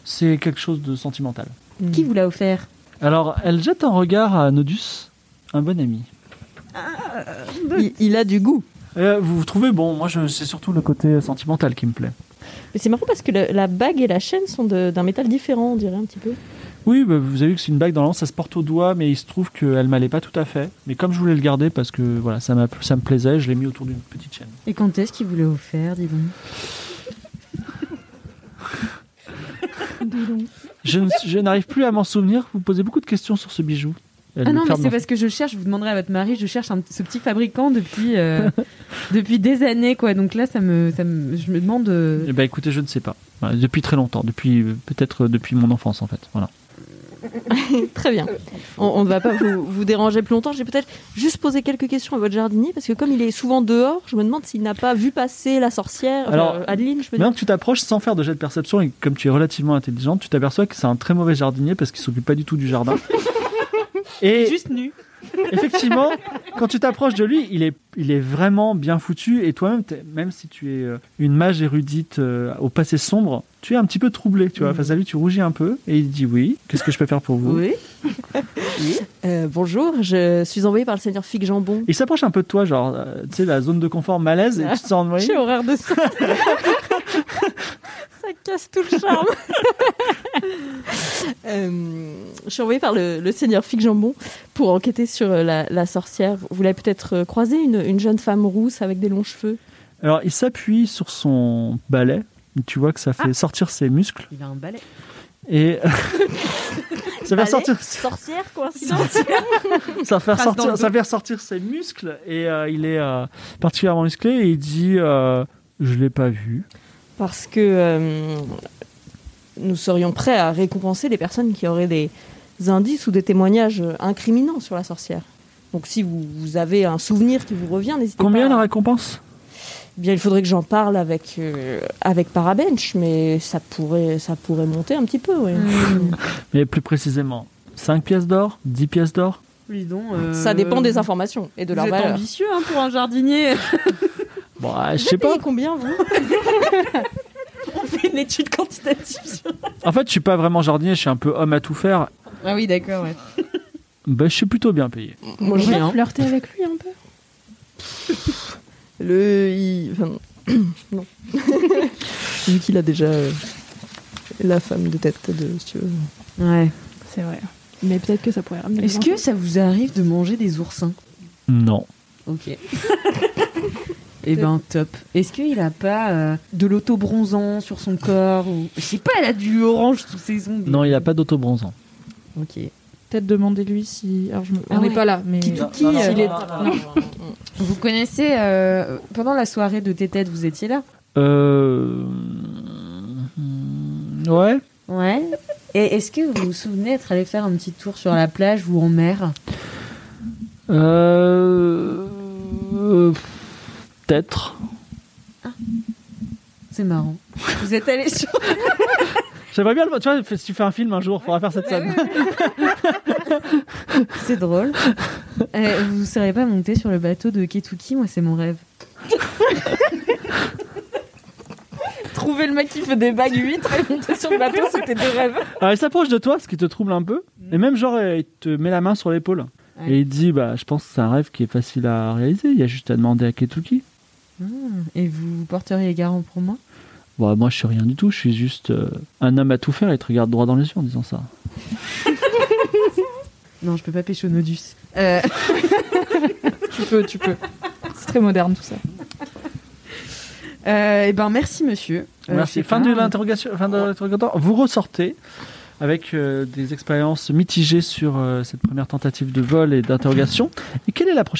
c'est quelque chose de sentimental. Qui vous l'a offert Alors, elle jette un regard à Nodus, un bon ami. Il, il a du goût. Euh, vous vous trouvez bon Moi, je- c'est surtout le côté sentimental qui me plaît. Mais c'est marrant parce que la, la bague et la chaîne sont de- d'un métal différent, on dirait un petit peu. Oui, bah, vous avez vu que c'est une bague dans l'an, ça se porte au doigt, mais il se trouve qu'elle m'allait pas tout à fait. Mais comme je voulais le garder parce que voilà, ça, m'a- ça me plaisait, je l'ai mis autour d'une petite chaîne. Et quand est-ce qu'il vous l'a offert, dis donc Je ne- je n'arrive plus à m'en souvenir. Vous posez beaucoup de questions sur ce bijou. Elle Ah me non, mais ferme c'est parce que je cherche, je vous demanderai à votre mari, je cherche un- ce petit fabricant depuis, <laughs> euh, depuis des années, quoi. Donc là, ça me, ça me- je me demande. euh, Eh ben, écoutez, je ne sais pas. Voilà, depuis très longtemps, depuis euh, peut-être euh, depuis mon enfance en fait. Voilà. <laughs> Très bien. On- On ne va pas vous, vous déranger plus longtemps. J'ai peut-être juste posé quelques questions à votre jardinier parce que comme il est souvent dehors, je me demande s'il n'a pas vu passer la sorcière. enfin, Alors, Adeline, je peux dire. Maintenant que tu t'approches sans faire de jet de perception et comme tu es relativement intelligente, tu t'aperçois que c'est un très mauvais jardinier parce qu'il s'occupe pas du tout du <laughs> jardin. et Juste nu. effectivement, quand tu t'approches de lui, il est, il est vraiment bien foutu. Et toi-même, t'es- même si tu es euh, une mage érudite euh, au passé sombre, tu es un petit peu troublé. Tu vois, face à lui, tu rougis un peu et il dit oui. Qu'est-ce que je peux faire pour vous Mm. Oui. <laughs> Euh, bonjour, je suis envoyée par le seigneur Fig Jambon. Il s'approche un peu de toi, genre, euh, tu sais, la zone de confort malaise, et tu te sens envoyé. J'ai horreur de <laughs> ça. ça casse tout le charme. <laughs> Euh, je suis envoyée par le, le seigneur Fig Jambon pour enquêter sur euh, la, la sorcière. Vous l'avez peut-être euh, croisée, une, une jeune femme rousse avec des longs cheveux. Alors, il s'appuie sur son Ah. <laughs> balai. Tu vois que ça fait sortir ses muscles. Il a un balai. Et Ça va Balai, sortir. Sorcière, <laughs> coïncidence. Ça fait, Trace dans ressortir, le ça dos. fait ressortir ses muscles et euh, il est euh, particulièrement musclé et il dit euh, Je l'ai pas vu. Parce que euh, nous serions prêts à récompenser les personnes qui auraient des indices ou des témoignages euh, incriminants sur la sorcière. Donc si vous, vous avez un souvenir qui vous revient, n'hésitez Combien pas. la récompense Eh Bien, il faudrait que j'en parle avec, euh, avec Parabench, mais ça pourrait, ça pourrait monter un petit peu. oui. Mm. Mmh. <laughs> Mais plus précisément, 5 pièces d'or 10 pièces d'or euh, Ça dépend des informations et de vous leur êtes valeur. ambitieux hein, pour un jardinier. Bon, euh, je sais pas. combien, vous On fait une étude quantitative sur... En fait, je suis pas vraiment jardinier, je suis un peu homme à tout faire. Ah oui, d'accord, ouais. Bah, je suis plutôt bien payé. Moi, <laughs> On j'ai pourrait un. flirter avec lui un peu. Le. il- enfin, <laughs> non. Vu qu'il a déjà euh, la femme de tête de, si tu veux. Ouais. C'est vrai. Mais peut-être que ça pourrait ramener. des Est-ce que ça vous arrive de manger des oursins Non. Ok. <laughs> Eh ben top. Est-ce qu'il a pas euh, de l'auto-bronzant sur son corps ou je sais pas, elle a du orange sous ses ongles. Non, il a pas d'autobronzant. Ok. Peut-être demandez-lui si. Alors, je me- Ah on n'est ouais. pas là, mais. Qui- qui, s'il euh, est- Vous connaissez euh, pendant la soirée de Tétette, vous étiez là Euh. Ouais. Ouais. Et est-ce que vous vous souvenez être allé faire un petit tour sur la plage ou en mer Euh. euh, Peut-être. C'est marrant. Vous êtes allé sur J'aimerais bien le voir. Tu vois, si tu fais un film un jour, faudra faire cette scène. <laughs> C'est drôle. Euh, vous ne seriez pas monté sur le bateau de Ketuki Moi, c'est mon rêve. <laughs> Trouver le mec qui fait des bagues huîtres et monter sur le bateau, c'était des rêves. <laughs> Alors, il s'approche de toi, ce qui te trouble un peu. Et même, genre, euh, il te met la main sur l'épaule. Ouais. Et il dit Bah, je pense que c'est un rêve qui est facile à réaliser. Il y a juste à demander à Ketuki. Ah, et vous porteriez garant pour moi Bah, moi, je suis rien du tout. Je suis juste euh, un homme à tout faire. Il te regarde droit dans les yeux en disant ça. Non, je peux pas pêcher au nodus. <laughs> Euh, Tu peux, tu peux. C'est très moderne tout ça. euh, eh ben, merci, monsieur. Euh, je sais Merci. Fin pas. de l'interrogation. Fin de l'interrogatoire. Vous ressortez avec euh, des expériences mitigées sur euh, cette première tentative de vol et d'interrogation. Et quelle est la prochaine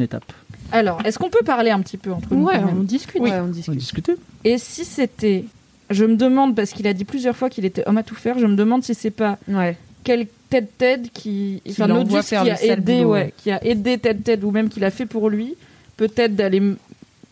étape Alors, est-ce qu'on peut parler un petit peu entre nous Ouais, quand même on discute. Oui. Ouais, on On discute. va discuter. Et si c'était. Je me demande, parce qu'il a dit plusieurs fois qu'il était homme à tout faire, je me demande si c'est pas Ouais. quel Ted Ted qui. Qui Enfin, l'envoie Nodus qui faire le a sale aidé, boulot, ouais, ouais. qui a aidé Ted Ted ou même qui l'a fait pour lui, peut-être d'aller m-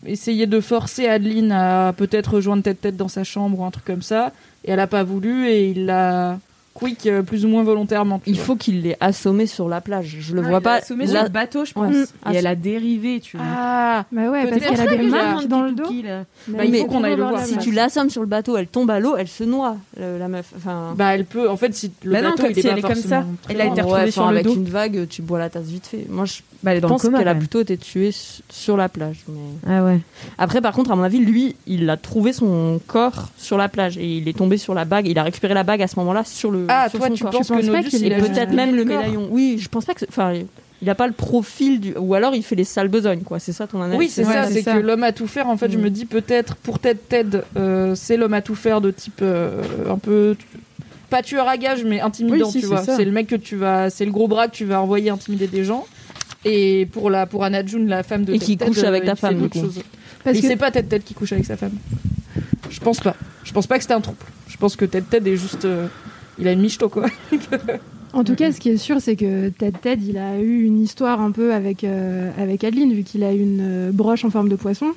essayer de forcer Adeline à peut-être rejoindre Ted Ted dans sa chambre ou un truc comme ça, et elle a pas voulu et il l'a quick euh, plus ou moins volontairement. tu Il vois. faut qu'il l'ait assommé sur la plage. Je le Ah, vois il pas. l'a Mm. assommée là- sur le bateau, je pense. Ouais. Et elle a dérivé, tu vois. Ah, Bah ouais, parce Peut-être qu'elle a ça des que j'ai marques dans le dos. Qui, là Bah, il Mais- faut qu'on aille le voir. Si tu l'assommes sur le bateau, elle tombe à l'eau, elle se noie, le- la meuf. Enfin, Bah elle peut, en fait, si le Bah non, bateau, il comme est si pas elle est comme forcément ça. très Elle a loin. été ouais, retrouvée enfin, sur le avec dos. une vague, tu bois la tasse vite fait. Moi, je Bah, elle est dans pense le coma. qu'elle a quand même. plutôt été tuée su- sur la plage. mais- Ah ouais. Après, par contre, à mon avis, lui, il a trouvé son corps sur la plage et il est tombé sur la bague. Il a récupéré la bague à ce moment-là sur le. Ah, sur toi, son tu corps. penses Je pense que pas Nodus, qu'il il ait a joué. Peut-être juste- même le corps. médaillon. Oui, je pense pas que. c'est- Enfin, il a pas le profil du. Ou alors il fait les sales besognes, quoi. C'est ça ton analyse Oui, c'est Ouais, ça, c'est c'est ça. que l'homme à tout faire, en fait, je Mm. me dis peut-être pour Ted Ted, euh, c'est l'homme à tout faire de type euh, un peu. tu- Pas tueur à gage, mais intimidant, Oui, si, tu c'est vois. ça. C'est le mec que tu vas. C'est le gros bras que tu vas envoyer intimider des gens. Et pour, la, pour Anna June, la femme de Et Ted qui Ted, couche euh, avec il ta fait femme, du d'autres coup. choses. Parce Mais que c'est pas Ted Ted qui couche avec sa femme. Je pense pas. Je pense pas que c'était un trouble. Je pense que Ted Ted est juste. euh, il a une michto, quoi. Mm. En tout Mm-hmm. cas, ce qui est sûr, c'est que Ted Ted, il a eu une histoire un peu avec, euh, avec Adeline, vu qu'il a une euh, broche en forme de poisson,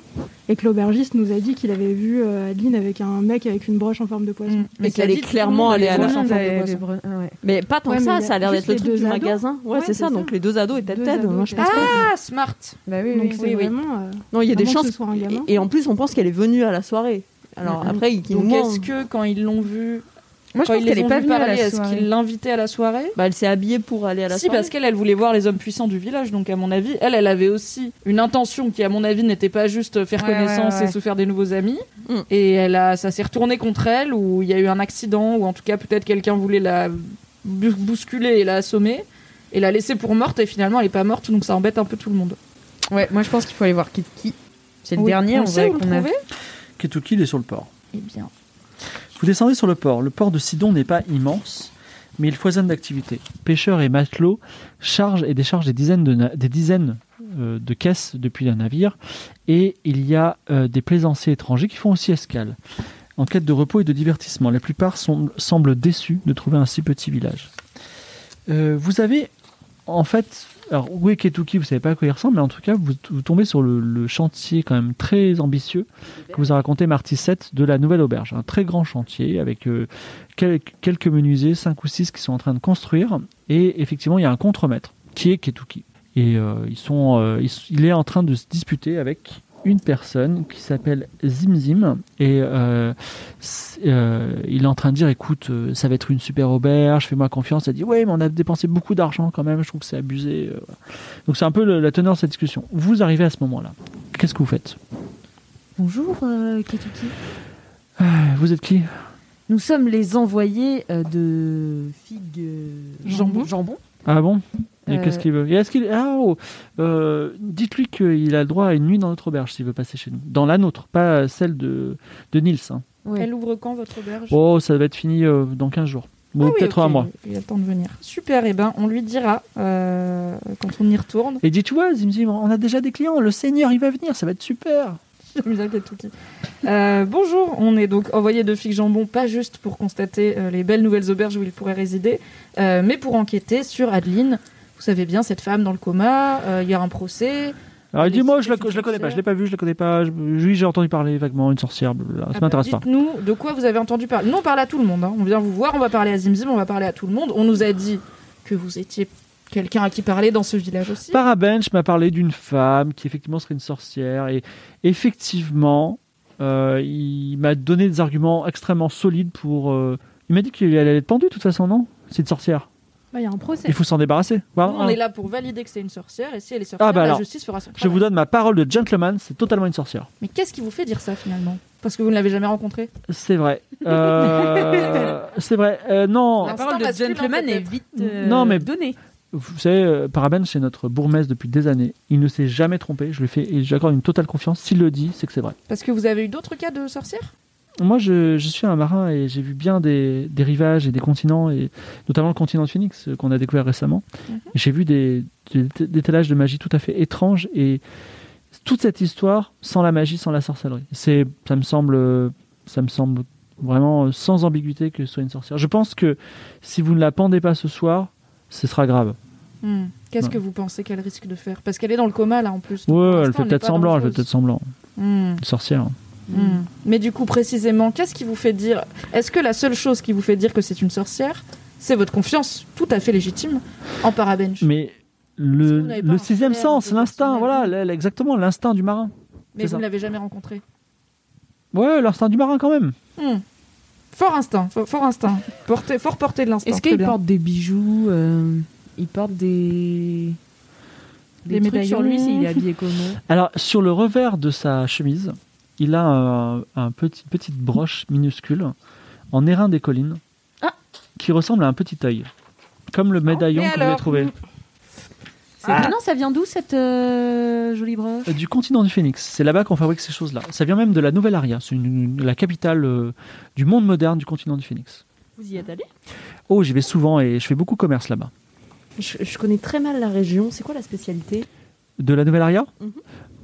et que l'aubergiste nous a dit qu'il avait vu euh, Adeline avec un mec avec une broche en forme de poisson. Mm. Mais Et qu'elle ça est dit, tout le clairement monde allée à est la vraiment chambre dans les de boissons. poisson. Ah ouais. Mais pas tant Ouais, que ça, mais ça a l'air juste d'être le les truc deux du ados. magasin. Ouais, Ouais, c'est c'est ça, ça. donc les deux ados et Ted Deux Ted. ados, Moi, je Ted pense Ted. pas. Mm. Ah, smart Bah oui, Donc oui. c'est oui, oui. vraiment. euh, Non, il y a des Avant que chances. ce soit un gamin. Et, et en plus, on pense qu'elle est venue à la soirée. Alors Mhm. après, il- il Donc ment. est-ce que quand ils l'ont vu. Moi, je quand pense ils les qu'elle est ont pas vu venue à la parler, Est-ce soirée. qu'ils l'invitaient à la soirée Bah, elle s'est habillée pour aller à la si, soirée. parce qu'elle, elle voulait voir les hommes puissants du village, donc à mon avis, elle, elle avait aussi une intention qui, à mon avis, n'était pas juste faire Ouais, connaissance ouais, ouais. et se faire des nouveaux amis. Et elle a, ça s'est retourné contre elle, ou il y a eu un accident, ou en tout cas, peut-être quelqu'un voulait la bou- bousculer et la assommer, et la laisser pour morte, et finalement, elle est pas morte, donc ça embête un peu tout le monde. Ouais, moi je pense qu'il faut aller voir Kit Ki. C'est le Oui, dernier on en sait vrai où le qu'on a. trouver Ketuki, il est sur le port. Eh bien. Vous descendez sur le port. Le port de Sidon n'est pas immense, mais il foisonne d'activités. Pêcheurs et matelots chargent et déchargent des dizaines de, na- des dizaines, euh, de caisses depuis un navire. Et il y a euh, des plaisanciers étrangers qui font aussi escale, en quête de repos et de divertissement. La plupart sont- semblent déçus de trouver un si petit village. Euh, vous avez, en fait, alors où est Ketuki Vous savez pas à quoi il ressemble, mais en tout cas, vous, vous tombez sur le, le chantier quand même très ambitieux que vous a raconté Marty 7 de la Nouvelle Auberge. Un très grand chantier avec euh, quel- quelques menuisiers, 5 ou 6 qui sont en train de construire. Et effectivement, il y a un contremaître qui est Ketuki. Et euh, ils sont, euh, ils- il est en train de se disputer avec une personne qui s'appelle Zimzim et euh, c'est- euh, il est en train de dire écoute euh, ça va être une super auberge fais-moi confiance elle dit ouais mais on a dépensé beaucoup d'argent quand même je trouve que c'est abusé euh, voilà. donc c'est un peu le- la teneur de cette discussion vous arrivez à ce moment là qu'est-ce que vous faites Bonjour euh, Ketuki. Euh, vous êtes qui Nous sommes les envoyés euh, de Figue euh, Jambon. Jambon. ah bon et Euh, qu'est-ce qu'il veut Et est-ce qu'il ah, oh, euh, dites-lui qu'il a droit à une nuit dans notre auberge s'il veut passer chez nous dans la nôtre pas celle de de Nils hein. Elle ouvre quand votre auberge oh ça va être fini euh, dans 15 jours Ah bon oui, peut-être ok, un mois Il a le temps de venir. Super, et ben on lui dira euh, quand on y retourne. Et dis-toi, Zimzim, on a déjà des clients, le Seigneur, il va venir, ça va être super. <laughs> J'aime bien Ketuki. Euh, bonjour, on est donc envoyé de Fig Jambon, pas juste pour constater euh, les belles nouvelles auberges où il pourrait résider, euh, mais pour enquêter sur Adeline. Vous savez bien, cette femme dans le coma, euh, il y a un procès. Ah, Alors, dis-moi, je, la- je la connais pas, je l'ai pas vue, je la connais pas, je- oui, j'ai entendu parler vaguement, une sorcière, blablabla, ça Ah bah, m'intéresse pas. Dites-nous de quoi vous avez entendu parler. Nous, on parle à tout le monde. hein. On vient vous voir, on va parler à Zimzim, on va parler à tout le monde. On nous a dit que vous étiez quelqu'un à qui parler dans ce village aussi. Parabench m'a parlé d'une femme qui effectivement serait une sorcière et effectivement, euh, il m'a donné des arguments extrêmement solides pour... euh, Il m'a dit qu'elle allait être pendue de toute façon, non C'est une sorcière. Bah, Il y a un procès. Il faut s'en débarrasser. Voilà, Nous, on hein. est là pour valider que c'est une sorcière, et si elle est sorcière, Ah bah la alors, justice fera son je travail. vous donne ma parole de gentleman, c'est totalement une sorcière. Mais qu'est-ce qui vous fait dire ça finalement Parce que vous ne l'avez jamais rencontrée C'est vrai. <laughs> Euh, c'est vrai. Euh, non. La parole de gentleman est vite Mmh. Non, mais- Vous savez, euh, Paraben, c'est notre bourgmestre depuis des années. Il ne s'est jamais trompé. Je lui fais, et j'accorde une totale confiance. S'il le dit, c'est que c'est vrai. Parce que vous avez eu d'autres cas de sorcières Moi, je, je suis un marin et j'ai vu bien des, des rivages et des continents, et notamment le continent de Phoenix euh, qu'on a découvert récemment. J'ai vu des, des t- des étalages de magie tout à fait étranges et toute cette histoire sans la magie, sans la sorcellerie. C'est, ça me semble, euh, ça me semble vraiment euh, sans ambiguïté que ce soit une sorcière. Je pense que si vous ne la pendez pas ce soir, ce sera grave. Hmm. Qu'est-ce Ouais. que vous pensez qu'elle risque de faire Parce qu'elle est dans le coma là en plus. Donc, pour Ouais, elle l'instant, fait n'est peut-être pas semblant, elle fait dangereuse. peut-être semblant. Hmm. Une sorcière. hein. Hmm. Mais du coup, précisément, qu'est-ce qui vous fait dire Est-ce que la seule chose qui vous fait dire que c'est une sorcière, c'est votre confiance tout à fait légitime en parabench Mais le, n'avez pas le un sixième repère sens, l'instinct, voilà, l- exactement, l'instinct du marin. Mais C'est vous ça. ne l'avez jamais rencontrée. Ouais, l'instinct du marin quand même. Hmm. Fort instinct, fort, fort instinct. Porté, fort porté de l'instinct. Est-ce très qu'il bien. porte des bijoux euh, Il porte des Des trucs sur lui médaillons. s'il est habillé comment Alors, sur le revers de sa chemise, il a un, un petit, petite broche minuscule en airain des collines Ah. qui ressemble à un petit œil. Comme le médaillon mais que vous avez alors trouvé. C'est étonnant, ça vient d'où cette euh, jolie broche Euh, Du continent du Phénix. C'est là-bas qu'on fabrique ces choses-là. Ça vient même de la Nouvelle-Aria. C'est une- une- la capitale euh, du monde moderne du continent du Phénix. Vous y êtes allé Oh, j'y vais souvent et je fais beaucoup commerce là-bas. je, je connais très mal la région. C'est quoi la spécialité De la nouvelle aria Mhm.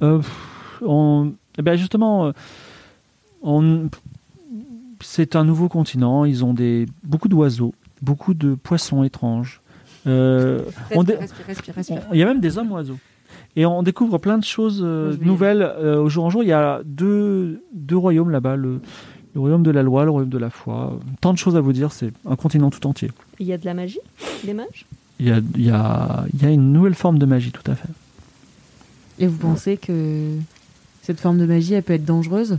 Euh, pff, on- eh ben Justement, euh, on- c'est un nouveau continent. Ils ont des, beaucoup d'oiseaux, beaucoup de poissons étranges. Euh, on dé- Respire, respire, respire. on- Il y a même des hommes oiseaux. Et on découvre plein de choses euh, nouvelles euh, au jour en jour. Il y a deux, deux royaumes là-bas, le, le royaume de la loi, le royaume de la foi. Tant de choses à vous dire, c'est un continent tout entier. Il y a de la magie Des mages Il y a, il y a- il y a une nouvelle forme de magie, tout à fait. Et vous pensez que cette forme de magie, elle peut être dangereuse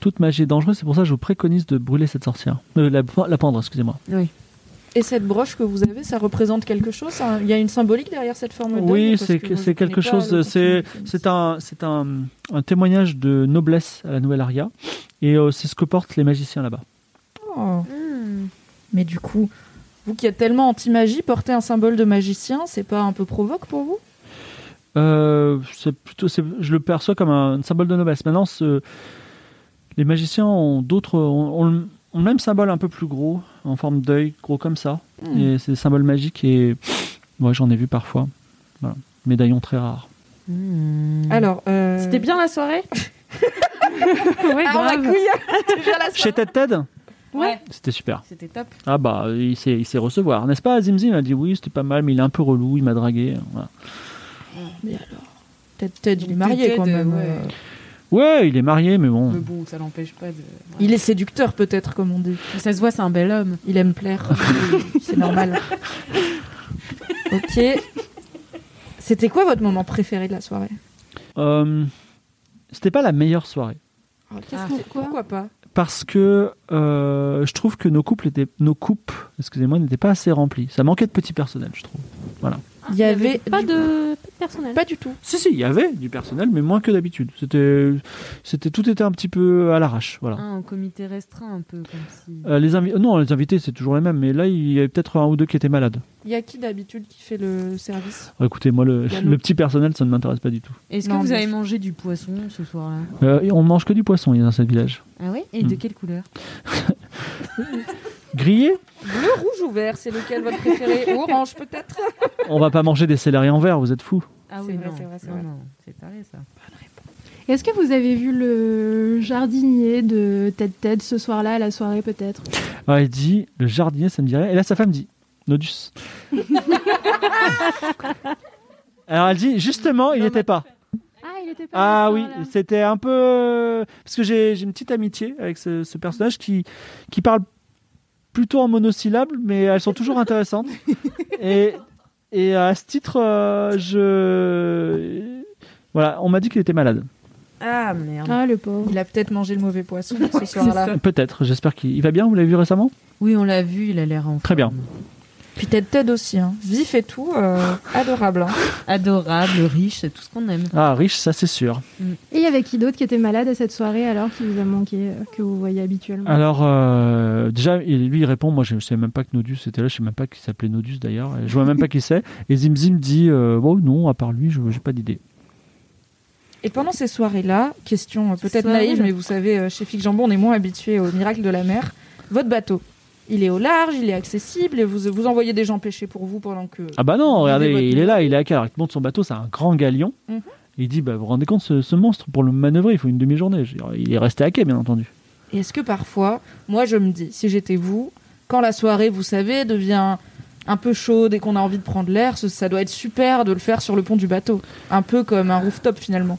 Toute magie est dangereuse, c'est pour ça que je vous préconise de brûler cette sorcière. Euh, la, la pendre, excusez-moi. Oui. Et cette broche que vous avez, ça représente quelque chose ça- Il y a une symbolique derrière cette forme d'œil Oui, parce c'est que que- moi, je c'est quelque connais pas chose. le C'est contenu. c'est un c'est un, un témoignage de noblesse à la Nouvelle Aria, et euh, c'est ce que portent les magiciens là-bas. Oh. Mais du coup, vous qui êtes tellement anti-magie, porter un symbole de magicien, c'est pas un peu provoque pour vous Euh, c'est plutôt, c'est- je le perçois comme un, symbole de noblesse. Maintenant, ce- les magiciens ont d'autres, ont, ont le- ont le même symbole un peu plus gros, en forme d'œil, gros comme ça. Hmm. Et c'est des symboles magiques et ouais, j'en ai vu parfois. Voilà. Médaillon très rare. Alors, euh, C'était bien la soirée Ouais, Ah, ma grave. couille C'était bien la Chez soirée Ted Ted, Ah, Ouais. c'était super. C'était top. Ah bah, il sait, il sait recevoir, n'est-ce pas Zimzim a dit oui, c'était pas mal, mais il est un peu relou, il m'a dragué. Voilà. Mais alors Ted, Ted, il est marié Ted, quand même. ouais. euh. Ouais, il est marié, mais bon. Mais bon, ça l'empêche pas de. Il est séducteur peut-être, comme on dit. Ça se voit, c'est un bel homme. Il aime <laughs> plaire, c'est normal. ok. C'était quoi votre moment préféré de la soirée Euh, c'était pas la meilleure soirée. Qu'est-ce Ah, qu'on- c'est- Pourquoi pas parce que euh, je trouve que nos couples étaient nos coupes, excusez-moi, n'étaient pas assez remplis. Ça manquait de petits personnels, je trouve. Il y avait pas du- de, pas de personnel. pas du tout. Si si, il y avait du personnel, mais moins que d'habitude. C'était, c'était tout était un petit peu à l'arrache, voilà. Ah, Hein. Un comité restreint, un peu, comme si. Euh, les invi- non, les invités c'est toujours les mêmes, mais là il y avait peut-être un ou deux qui étaient malades. Il y a qui d'habitude qui fait le service Alors, écoutez, moi le, Bien. le petit personnel ça ne m'intéresse pas du tout. Est-ce Non, que vous mais- avez mangé du poisson ce soir-là Euh, et on mange que du poisson il y a dans ce village. Ah oui Et Hmm. de quelle couleur Grillé, Bleu, rouge ou vert C'est lequel votre préféré Orange peut-être on va pas manger des céleri en verre, vous êtes fous. Ah C'est oui, vrai, non. c'est vrai, c'est non, vrai. non, c'est taré ça. Est-ce que vous avez vu le jardinier de Ted Ted ce soir-là, à la soirée peut-être Ah, il dit le jardinier, ça me dirait. Et là, sa femme dit Nodus. Alors elle dit justement, il n'y était pas. Ah, il était Ah pas là, ce oui, soir-là. c'était un peu euh, parce que j'ai j'ai une petite amitié avec ce, ce personnage qui qui parle plutôt en monosyllabes, mais elles sont toujours intéressantes. Et et à ce titre, euh, je voilà, on m'a dit qu'il était malade. Ah merde. Ah, le pauvre. Il a peut-être mangé le mauvais poisson ce soir-là. Peut-être. J'espère qu'il il va bien. Vous l'avez vu récemment Oui, on l'a vu, il a l'air en Très bien. forme. Puis Ted Ted aussi, hein. vif et tout, euh, adorable. hein. Adorable, riche, c'est tout ce qu'on aime. Ah riche, ça c'est sûr. Et il y avait qui d'autre qui était malade à cette soirée alors qui vous a manqué, euh, que vous voyez habituellement Alors, euh, déjà, il- lui, il répond Moi, je ne savais même pas que Nodus était là, je ne sais même pas qu'il s'appelait Nodus d'ailleurs, et je vois même pas qui c'est. Et Zimzim dit euh, Bon, non, à part lui, je n'ai pas d'idée. Et pendant ces soirées-là, question euh, peut-être Soirée, naïve, là. mais vous savez, euh, chez Fig Jambon, on est moins habitué au miracle de la mer. Votre bateau, il est au large, il est accessible, et vous, vous envoyez des gens pêcher pour vous pendant que. Ah bah non, Vous regardez, vivez votre il est là, il est à quelle heure Il te montre son bateau, c'est un grand galion. Mhm. Et il dit bah, Vous vous rendez compte, ce, ce monstre, pour le manœuvrer, il faut une demi-journée. Je veux dire, Il est resté à quai, bien entendu. Et est-ce que parfois, moi je me dis, si j'étais vous, quand la soirée, vous savez, devient un peu chaude et qu'on a envie de prendre l'air, ce- ça doit être super de le faire sur le pont du bateau. Un peu comme un rooftop <laughs> finalement.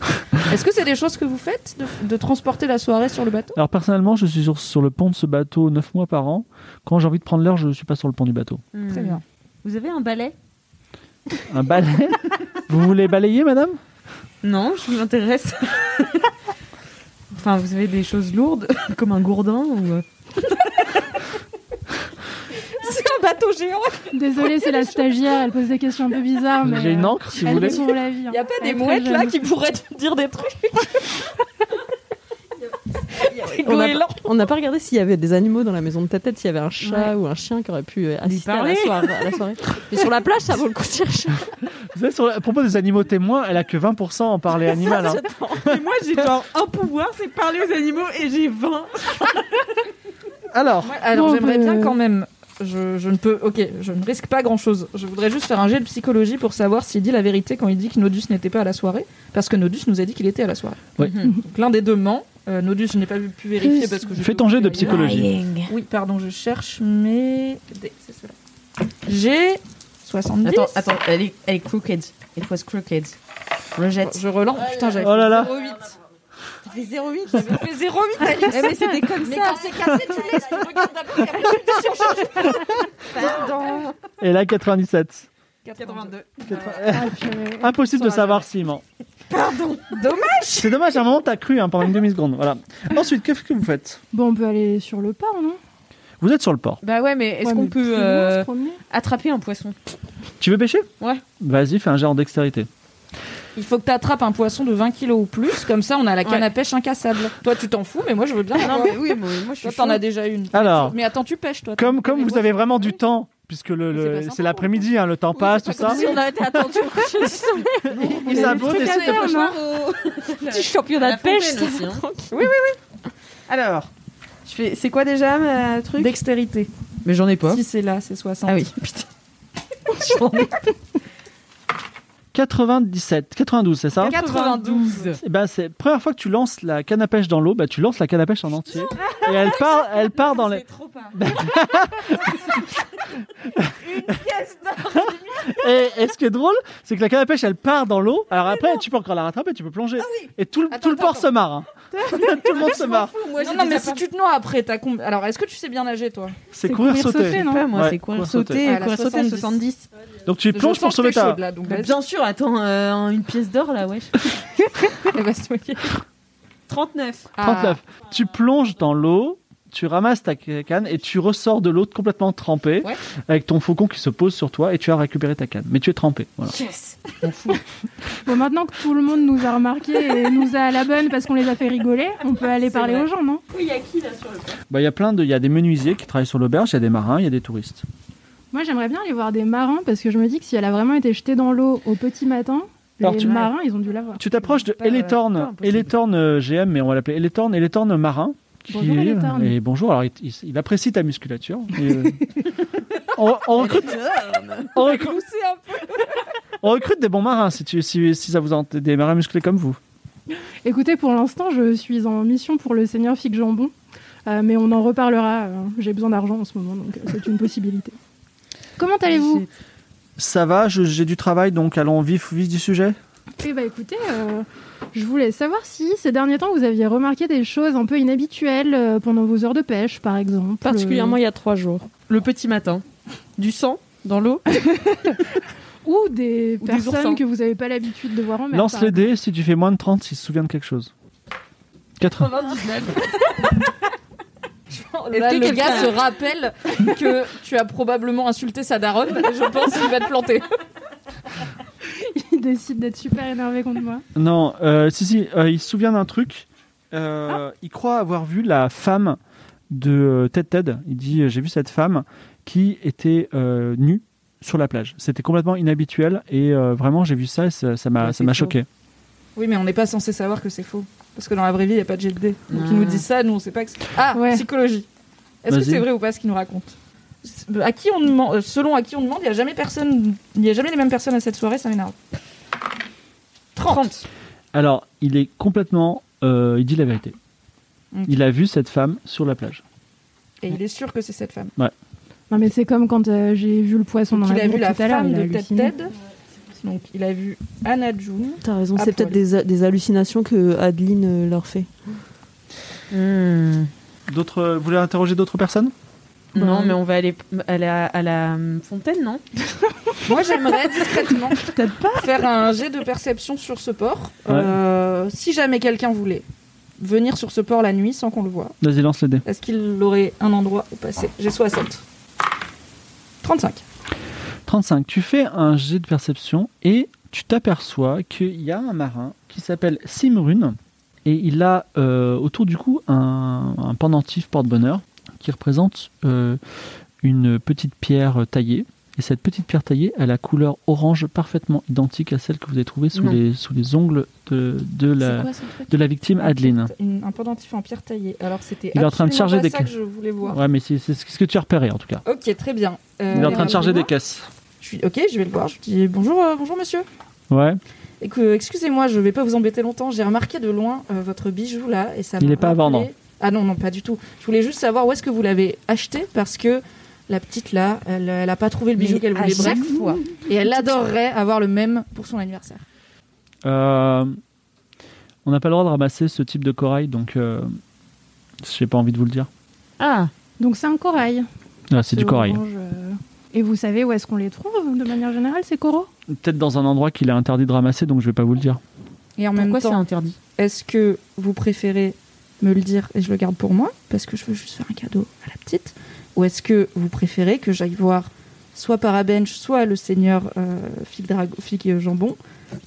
est-ce que c'est des choses que vous faites, de, de transporter la soirée sur le bateau Alors, personnellement, je suis sur, sur le pont de ce bateau 9 mois par an. Quand j'ai envie de prendre l'air, je ne suis pas sur le pont du bateau. Hmm. Très bien. Vous avez un balai Un balai Vous voulez balayer, madame Non, je <laughs> m'intéresse. enfin, vous avez des choses lourdes, <laughs> comme un gourdin ou. euh, C'est un bateau géant Désolée, c'est la stagiaire, elle pose des questions un peu bizarres. mais, J'ai une euh, encre, si vous Elle voulez. nous sauve la vie. Il hein. n'y a pas Elle des est très mouettes là jeune. qui pourraient te dire des trucs Des On a- goélands. On n'a pas regardé s'il y avait des animaux dans la maison de ta tête, s'il y avait un chat ou un chien qui aurait pu euh, assister à la, parler. soirée, à la soirée. Mais sur la plage, ça vaut le coup <laughs> de chercher. Vous savez, sur le- à propos des animaux témoins, elle a que 20% en parler animal. hein. Et <laughs> moi, j'ai genre un pouvoir, c'est parler aux animaux et j'ai 20. Alors, Moi, Ah, alors Non, j'aimerais mais- euh, bien quand même. Je, je ne peux. Ok, je ne risque pas grand chose. Je voudrais juste faire un jet de psychologie pour savoir s'il dit la vérité quand il dit que Nodus n'était pas à la soirée. Parce que Nodus nous a dit qu'il était à la soirée. Oui. Donc l'un des deux ment. Euh, Nodus, je n'ai pas pu vérifier parce que je. fais ton jet de psychologie. <laughs> Oui, pardon, je cherche, mais. D, c'est cela. J'ai 70. Attends, attends, elle est, elle est crooked. It was crooked. Rejette. Je relance. Putain, j'avais Oh là là. 08. Ça fait J'avais 0,8. fait 08 Alice. Eh, mais c'était comme ça. c'est cassé, tu laisses, tu regardes d'abord et après tu changes. Et là, 97. 82. Impossible de savoir s'il ment. Pardon. Dommage. C'est dommage, à un moment t'as cru hein, pendant une demi-seconde. Voilà. Ensuite, qu'est-ce que vous faites Bon, on peut aller sur le port, non Vous êtes sur le port. Bah ouais, mais est-ce Ouais, qu'on mais plus peut loin, euh, se promener attraper un poisson Tu veux pêcher Ouais. Vas-y, fais un jet en dextérité. Il faut que tu attrapes un poisson de 20 kilos ou plus, comme ça on a la canne à pêche incassable. Toi tu t'en fous, mais moi je veux bien. en avoir. oui, moi, moi Toi t'en as déjà une. Alors. Mais attends, tu pêches toi. Comme, comme vous avez vraiment du temps, puisque le, le- pas sympa, c'est l'après-midi, hein, le temps passe, tout ça. Si on avait été <laughs> attendu au coucher du soleil. Il s'abonne et c'est- euh, <laughs> Petit championnat de pêche. c'est hein. bon. Alors, je fais... c'est quoi déjà ma truc Dextérité. Mais j'en ai pas. Si c'est là, c'est 60. Ah oui. 97, 92, c'est ça 92. Eh ben, c'est première fois que tu lances la canne à pêche dans l'eau, bah, tu lances la canne à pêche en entier. Et elle part, elle part dans les. Bah Et, et ce qui est drôle, c'est que la canne à pêche, elle part dans l'eau. Alors après, tu peux encore la rattraper, tu peux plonger. Ah. Et tout le, tout le port se marre. hein. <laughs> tout le monde se marre. non, non, mais si tu te noies après, t'as com- Alors est-ce que tu sais bien nager toi C'est courir, sauter. Je sais pas, moi, Ouais, c'est courir sauter, Ah, la courir 70. sauter 70. Donc tu Je plonges sens pour que sauver t'es ta. chaude, là, donc Bah, vas-y. bien sûr, attends, euh, une pièce d'or là, <laughs> wesh. Elle va se moquer. 39. Ah. Ah. 39. Tu plonges dans l'eau, tu ramasses ta canne et tu ressors de l'eau complètement trempé Ouais. avec ton faucon qui se pose sur toi et tu as récupéré ta canne. Mais tu es trempé. Voilà. Yes. Bon, maintenant que tout le monde nous a remarqué et nous a à la bonne parce qu'on les a fait rigoler, on peut aller parler vrai. aux gens, non Oui, il y a qui là sur le port Bah, Il y a plein de, il y a des menuisiers qui travaillent sur l'auberge, il y a des marins, il y a des touristes. Moi, j'aimerais bien aller voir des marins parce que je me dis que si elle a vraiment été jetée dans l'eau au petit matin, Alors, les tu- marins, ils ont dû la voir. Tu t'approches de Pas, euh, pas Eletorn, impossible. Eletorn euh, GM, mais on va l'appeler Eletorn, Eletorn marin. qui- Bonjour, Eletorn. Et bonjour, alors il, il- il apprécie ta musculature. et, euh, on, on recrute, on, recrute, <laughs> on recrute des bons marins si, tu, si, si ça vous en, des marins musclés comme vous. Écoutez, pour l'instant, je suis en mission pour le Seigneur Fig Jambon, euh, mais on en reparlera. euh, J'ai besoin d'argent en ce moment, donc euh, c'est une possibilité. <laughs> Comment allez-vous Ça va, je- j'ai du travail, donc allons vif, vif du sujet. Eh bah écoutez, euh, je voulais savoir si ces derniers temps vous aviez remarqué des choses un peu inhabituelles euh, pendant vos heures de pêche, par exemple. Particulièrement il y a trois jours. Ah, Le petit matin. Du sang dans l'eau. Euh, ou des Ou des personnes oursins. que vous n'avez pas l'habitude de voir en mer. Lance par les dés, si tu fais moins de 30, s'ils se souviennent de quelque chose. 80. Là, le gars se rappelle que tu as probablement insulté sa daronne. et Je pense qu'il va te planter. exemple. <laughs> Ils décident d'être super énervés contre moi. Non, euh, si, si, euh, il se souvient d'un truc. Euh, Il croit avoir vu la femme de euh, Ted Ted. Il dit euh, J'ai vu cette femme qui était euh, nue sur la plage. C'était complètement inhabituel et euh, vraiment, j'ai vu ça et ça ça m'a Ouais, ça m'a c'est faux. choqué. Oui, mais on n'est pas censé savoir que c'est faux. Parce que dans la vraie vie, il n'y a pas de jet de dés. Donc ils nous disent ça, nous on sait pas que c'est. Ah, Ouais. psychologie. Est-ce que Vas-y. c'est vrai ou pas ce qu'ils nous racontent C'est- à qui on demande, euh, selon à qui on demande, il n'y a jamais personne, il y a jamais les mêmes personnes à cette soirée, ça m'énerve. 30. Alors, il est complètement. euh, il dit la vérité. Ok. Il a vu cette femme sur la plage. Et il est sûr que c'est cette femme. Non, mais c'est comme quand euh, j'ai vu le poisson Donc dans il la a vu boue la tout à l'heure. femme il a de Ted halluciné. Ted. Donc il a vu Anna June. T'as raison, À c'est peut-être poil. des, euh, des hallucinations que Adeline euh, leur fait. D'autres, euh, vous voulez interroger d'autres personnes Hmm. Non, mais on va aller à la, à la hum, fontaine, non Moi, j'aimerais <laughs> discrètement faire un jet de perception sur ce port. Euh, si jamais quelqu'un voulait venir sur ce port la nuit sans qu'on le voit, Vas-y, lance les dés. est-ce qu'il aurait un endroit où passer J'ai 60. 35. 35. Tu fais un jet de perception et tu t'aperçois qu'il y a un marin qui s'appelle Simrun et il a euh, autour du cou un, un pendentif porte-bonheur qui représente euh, une petite pierre taillée. Et cette petite pierre taillée a la couleur orange parfaitement identique à celle que vous avez trouvée sous, Non. les, sous les ongles de, de, la, de la victime Adeline. Une- un pendentif en pierre taillée. Alors, c'était Il est en train de absolument charger pas des ça ca- que je voulais Ah. voir. Ouais, mais c'est c'est ce que tu as repéré en tout cas. Ok, très bien. Euh, Il est en train euh, de charger des bonjour. caisses. Je suis... Ok, je vais le voir. Je dis bonjour, euh, bonjour monsieur. Ouais. Écou- euh, Excusez-moi, je vais pas vous embêter longtemps. J'ai remarqué de loin euh, votre bijou là et ça. Il m'a est pas à rappelé- vendre. Ah non, non, pas du tout. Je voulais juste savoir où est-ce que vous l'avez acheté parce que la petite là, elle, elle a pas trouvé le bijou Mais qu'elle à voulait. chaque bref. fois. Et elle adorerait avoir le même pour son anniversaire. Euh, on n'a pas le droit de ramasser ce type de corail, donc euh, j'ai pas envie de vous le dire. Ah, Donc c'est un corail. Ah, c'est du corail. euh. orange, euh, Et vous savez où est-ce qu'on les trouve de de manière générale, c'est Koro Peut-être dans un endroit qu'il est interdit de ramasser, donc je vais pas vous le dire. Et en même Pourquoi c'est temps, interdit est-ce que vous préférez me le dire et je le garde pour moi parce que je veux juste faire un cadeau à la petite Ou est-ce que vous préférez que j'aille voir soit Parabench, soit le seigneur euh, Fig, Drago- Fig, euh, Jambon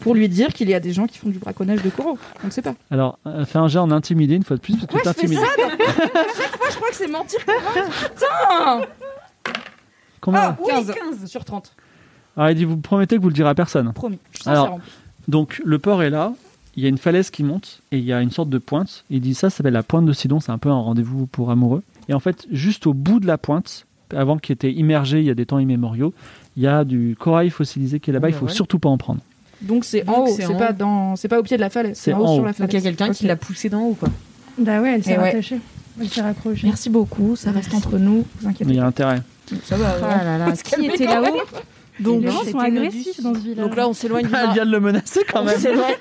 pour lui dire qu'il y a des gens qui font du braconnage de coraux On ne sait pas. Alors, euh, fais un jet en intimidé une fois de plus, parce que Ouais, tu je fais t'intimides. ça donc. <laughs> Chaque fois, je crois que c'est mentir. convaincre. Putain Combien Ah, 15. 15 sur 30. Alors, Ah, il dit Vous promettez que vous le direz à personne Promis. Je suis sincère, en Alors, donc, le port est là, il y a une falaise qui monte, et il y a une sorte de pointe. Il dit Ça, ça s'appelle la pointe de Sidon, c'est un peu un rendez-vous pour amoureux. Et en fait, juste au bout de la pointe, avant qu'il était immergé il y a des temps immémoriaux, il y a du corail fossilisé qui est là-bas, Oh, il bah faut ouais. surtout pas en prendre. Donc c'est en Donc, haut, c'est c'est en pas haut. dans, c'est pas au pied de la falaise, c'est en haut, sur la falaise. Donc il y a quelqu'un qui Ok. l'a poussé d'en haut, quoi. Bah ouais, elle Eh s'est ouais. rattachée. Elle s'est raccrochée. Merci beaucoup, ça reste entre nous. Vous Mais il y a intérêt. Ça va. Ah là là, qui était là-haut Donc, les là, gens c'était sont agressifs dans ce village. Donc là, <laughs> on s'éloigne du Ah, Elle Ah, mar- vient de le menacer quand on même. s'éloigne-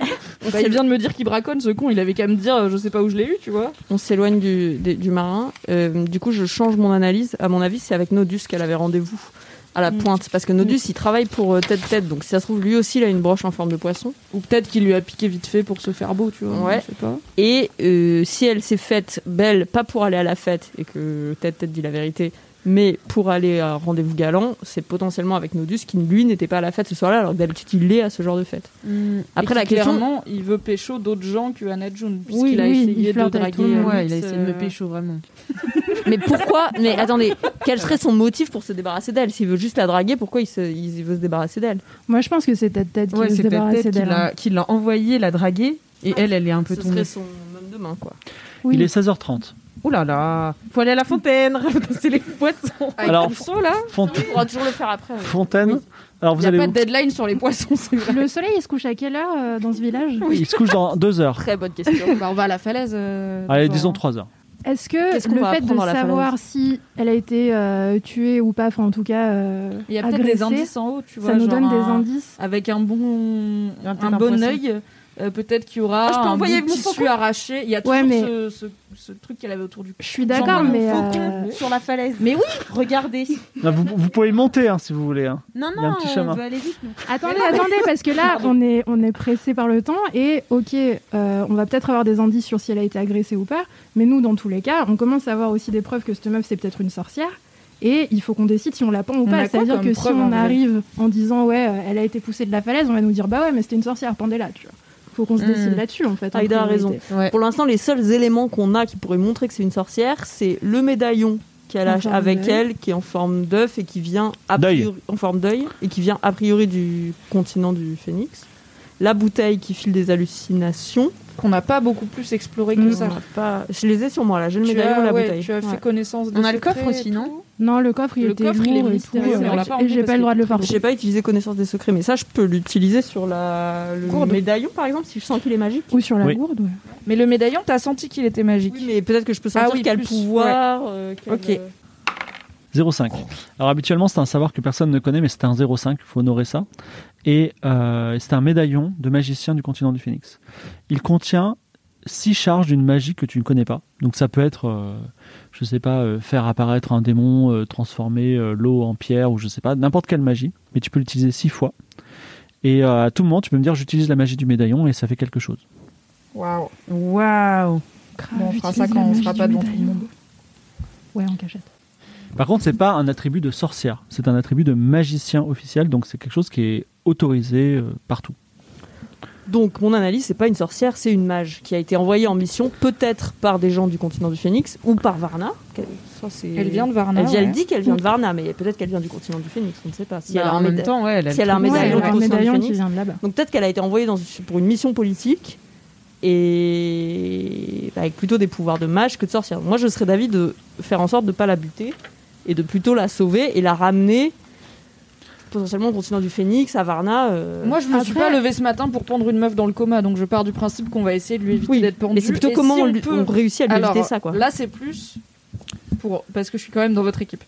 Bah, il vient de me dire qu'il braconne ce con, il avait qu'à me dire euh, je sais pas où je l'ai eu, tu vois. on s'éloigne du, des- du marin. Euh, du coup, je change mon analyse. À mon avis, c'est avec Nodus qu'elle avait rendez-vous à la Mm. pointe. Parce que Nodus, il travaille pour euh, Ted Ted. Donc, si ça se trouve, lui aussi, il a une broche en forme de poisson. Ou peut-être qu'il lui a piqué vite fait pour se faire beau, tu vois. Ouais. Je sais pas. Et euh, si elle s'est faite belle, pas pour aller à la fête, et que Ted Ted dit la vérité, mais pour aller à un rendez-vous galant, c'est potentiellement avec Nodus qui, lui, n'était pas à la fête ce soir-là, alors que d'habitude, il est à ce genre de fête. Hmm. Après, Et la qui, question- Clairement, il veut pécho d'autres gens que Anna June, puisqu'il Oui, a oui, il essayé de flirte avec draguer. tout le Alex, monde. Ouais, Ah, il a essayé de me euh, pécho, vraiment. Mais pourquoi Mais attendez, quel serait son motif pour se débarrasser d'elle S'il veut juste la draguer, pourquoi il, se- il veut se débarrasser d'elle Moi, je pense que c'est Ted Ted qui Ouais, veut se c'est peut-être débarrasser qu'il d'elle. hein. l'a- qu'il l'a envoyé la draguer, et elle, elle est un peu tombée. son même demain, quoi. hein. Oui. Il est 16h30. Ouh là là Faut aller à la fontaine, <laughs> c'est les poissons Avec Alors, le son, là, Font- On pourra toujours le faire après. ouais. Fontaine. Alors, il vous n'y a allez pas où de <laughs> deadline sur les poissons, <laughs> c'est vrai. Le soleil, il se couche à quelle heure euh, dans ce village Il se couche dans deux heures. Très bonne question. Bah, on va à la falaise. euh, Allez, d'abord, disons hein. trois heures. Est-ce Qu'est-ce que qu'on le va fait de apprendre à la savoir si elle a été euh, tuée ou pas, enfin en tout cas euh, Il y a peut-être agressée, des indices en haut, tu vois. ça nous genre donne des un- indices. Avec un bon, Il y a peut-être un un bon poisson. œil, euh, peut-être qu'il y aura Ah, je peux un envoyer bout mon de tissu arraché. Il y a toujours Ouais, mais- ce, ce- ce truc qu'elle avait autour du cou. Je suis d'accord, J'envoie mais mon euh, Sur la falaise. Mais oui Regardez Là, vous, vous pouvez monter hein, si vous voulez. hein. Non, Il y a un petit chemin. aller vite, nous. attendez, attendez, parce que là on est on est pressé par le temps et ok, euh, on va peut-être avoir des indices sur si elle a été agressée ou pas, mais nous dans tous les cas, on commence à avoir aussi des preuves que cette meuf c'est peut-être une sorcière. Et il faut qu'on décide si on la pend ou On a pas. quoi C'est-à-dire comme que si preuve, en on vrai arrive en disant ouais, euh, elle a été poussée de la falaise, on va nous dire bah ouais, mais c'était une sorcière, pendez-la. Tu vois. Faut qu'on se Hmm. Mm. décide là-dessus en fait. en Aïda a priorité. raison. Pour l'instant, les seuls éléments qu'on a qui pourraient montrer que c'est une sorcière, c'est le médaillon qu'elle En a forme avec d'œil. elle, qui est en forme d'œuf et qui vient a D'œil. priori, en forme d'œil et qui vient a priori du continent du Phénix. La bouteille qui file des hallucinations. Qu'on n'a pas beaucoup plus exploré que Mm. ça. On l'a pas... Je les ai sur moi là. J'ai le Tu médaillon, as, la ouais, bouteille. tu as fait Ouais. connaissance de On a le secrets coffre aussi, et tout. non Non, le coffre, il Le était coffre, il est lourd et tout, mystérieux, euh, on l'a pas et emmené j'ai pas parce le droit de le porter. J'ai pas utilisé connaissance des secrets, mais ça, je peux l'utiliser sur la... le Gourde. médaillon par exemple si je sens qu'il est magique. Ou sur la Oui. gourde, ouais. Mais le médaillon, t'as senti qu'il était magique. Oui, mais peut-être que je peux sentir Ah oui, qu'elle a le plus, pouvoir. euh, qu'elle, Ok. euh, 0,5. Alors habituellement, c'est un savoir que personne ne connaît, mais c'est un 0,5, il faut honorer ça. Et euh, c'est un médaillon de magicien du continent du Phénix. Il contient six charges d'une magie que tu ne connais pas. Donc ça peut être, euh, je sais pas, euh, faire apparaître un démon, euh, transformer euh, l'eau en pierre, ou je sais pas, n'importe quelle magie, mais tu peux l'utiliser six fois. Et euh, à tout moment, tu peux me dire j'utilise la magie du médaillon et ça fait quelque chose. Waouh. Waouh Grave, Bon, on fera utilise ça quand la on magie sera du pas devant tout médaillon. le monde. Ouais, en cachette. Par contre, c'est pas un attribut de sorcière, c'est un attribut de magicien officiel, donc c'est quelque chose qui est autorisé euh, partout. Donc mon analyse, c'est pas une sorcière, c'est une mage qui a été envoyée en mission peut-être par des gens du continent du Phénix ou par Varna. Qu'elle- ça, c'est- Elle vient de Varna. Elle, vient- elle ouais. dit qu'elle vient de Varna, mais peut-être qu'elle vient du continent du Phénix, on ne sait pas. Si elle a Bah, un En même méda- temps, ouais, elle a si elle a un le Ouais, truc. médaillon, elle a du un continent du médaillon qui Phénix. vient de là-bas. Donc peut-être qu'elle a été envoyée dans, pour une mission politique et bah, avec plutôt des pouvoirs de mage que de sorcière. Moi, je serais d'avis de faire en sorte de ne pas la buter et de plutôt la sauver et la ramener potentiellement au continent du Phénix, à Varna. euh, Moi, je me suis Après- pas levée ce matin pour pendre une meuf dans le coma, donc je pars du principe qu'on va essayer de lui éviter Oui, d'être pendue. mais c'est plutôt Et comment si on, on lui- peut- on réussit à lui Alors, éviter ça, quoi. Là, c'est plus pour parce que je suis quand même dans votre équipe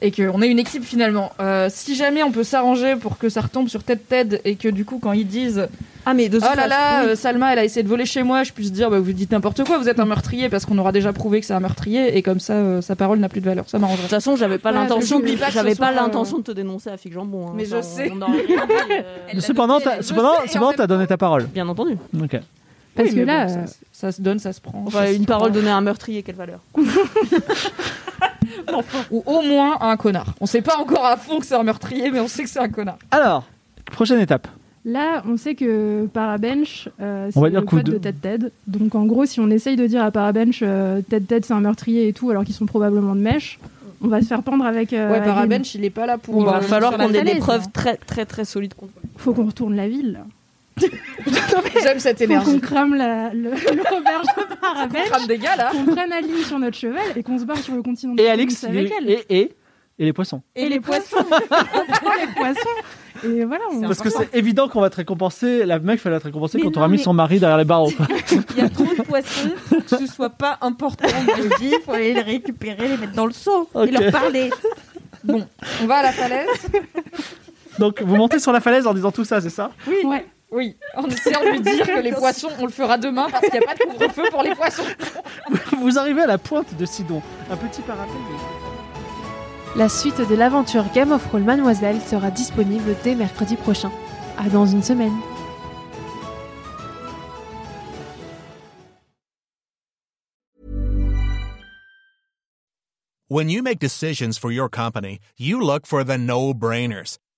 et qu'on est une équipe finalement. Euh, si jamais on peut s'arranger pour que ça retombe sur tête Ted et que du coup quand ils disent ah mais de oh toute façon, là là oui. euh, Salma elle a essayé de voler chez moi, je puisse dire bah, vous dites n'importe quoi, vous êtes un meurtrier parce qu'on aura déjà prouvé que c'est un meurtrier et comme ça euh, sa parole n'a plus de valeur. Ça m'arrangerait. De toute façon j'avais pas l'intention- j'avais pas l'intention de te dénoncer à Fig Jambon. euh, hein, mais je ça, sais. on euh, Cependant, t'as- cependant, cependant, t'as donné ta parole. Bien <laughs> entendu. Ok. Parce Oui, que mais là, euh, bon, ça- ça, se donne, ça se prend. Enfin, une parole donnée à un meurtrier, quelle valeur Ou au moins à un connard. On sait pas encore à fond que c'est un meurtrier, mais on sait que c'est un connard. Alors, prochaine étape. Là, on sait que Parabench, euh, c'est On va le dire que vous code deux- de Ted Ted. Donc en gros, si on essaye de dire à Parabench, euh, Ted Ted c'est un meurtrier et tout, alors qu'ils sont probablement de mèche, on va se faire pendre avec. euh, Ouais, Aline. Parabench, il est pas là pour. euh, Il va falloir sur la qu'on ait des falaise, preuves hein. Très très très solide contre. Faut qu'on retourne la ville. là. J'aime cette Faut qu'on énergie. crame la- le, le <laughs> Robert de Parabench. crame des gars, là. Qu'on prenne Aline sur notre cheval et qu'on se barre sur le continent. Et de Alex, avec il- elle. et, et, et les poissons. Et les poissons. Et les poissons. Et voilà. on- Parce que c'est évident qu'on va te récompenser. La meuf, elle va te récompenser Mais quand on non, aura mis mais- son mari derrière les barreaux. <laughs> Il y a trop de poissons pour que ce soit pas important de le dire. Il faut aller les récupérer, les mettre dans le seau et Ok. leur parler. Bon, on va à la falaise. Donc, vous montez sur la falaise en disant tout ça, c'est ça Oui. Oui, en essayant de lui dire que <laughs> les poissons, on le fera demain parce qu'il n'y a pas de couvre-feu pour les poissons. Vous arrivez à la pointe de Sidon. Un petit parapluie. La suite de l'aventure Game of Roll Mademoiselle sera disponible dès mercredi prochain. À dans une semaine. When you make decisions for your company, you look for the no brainers.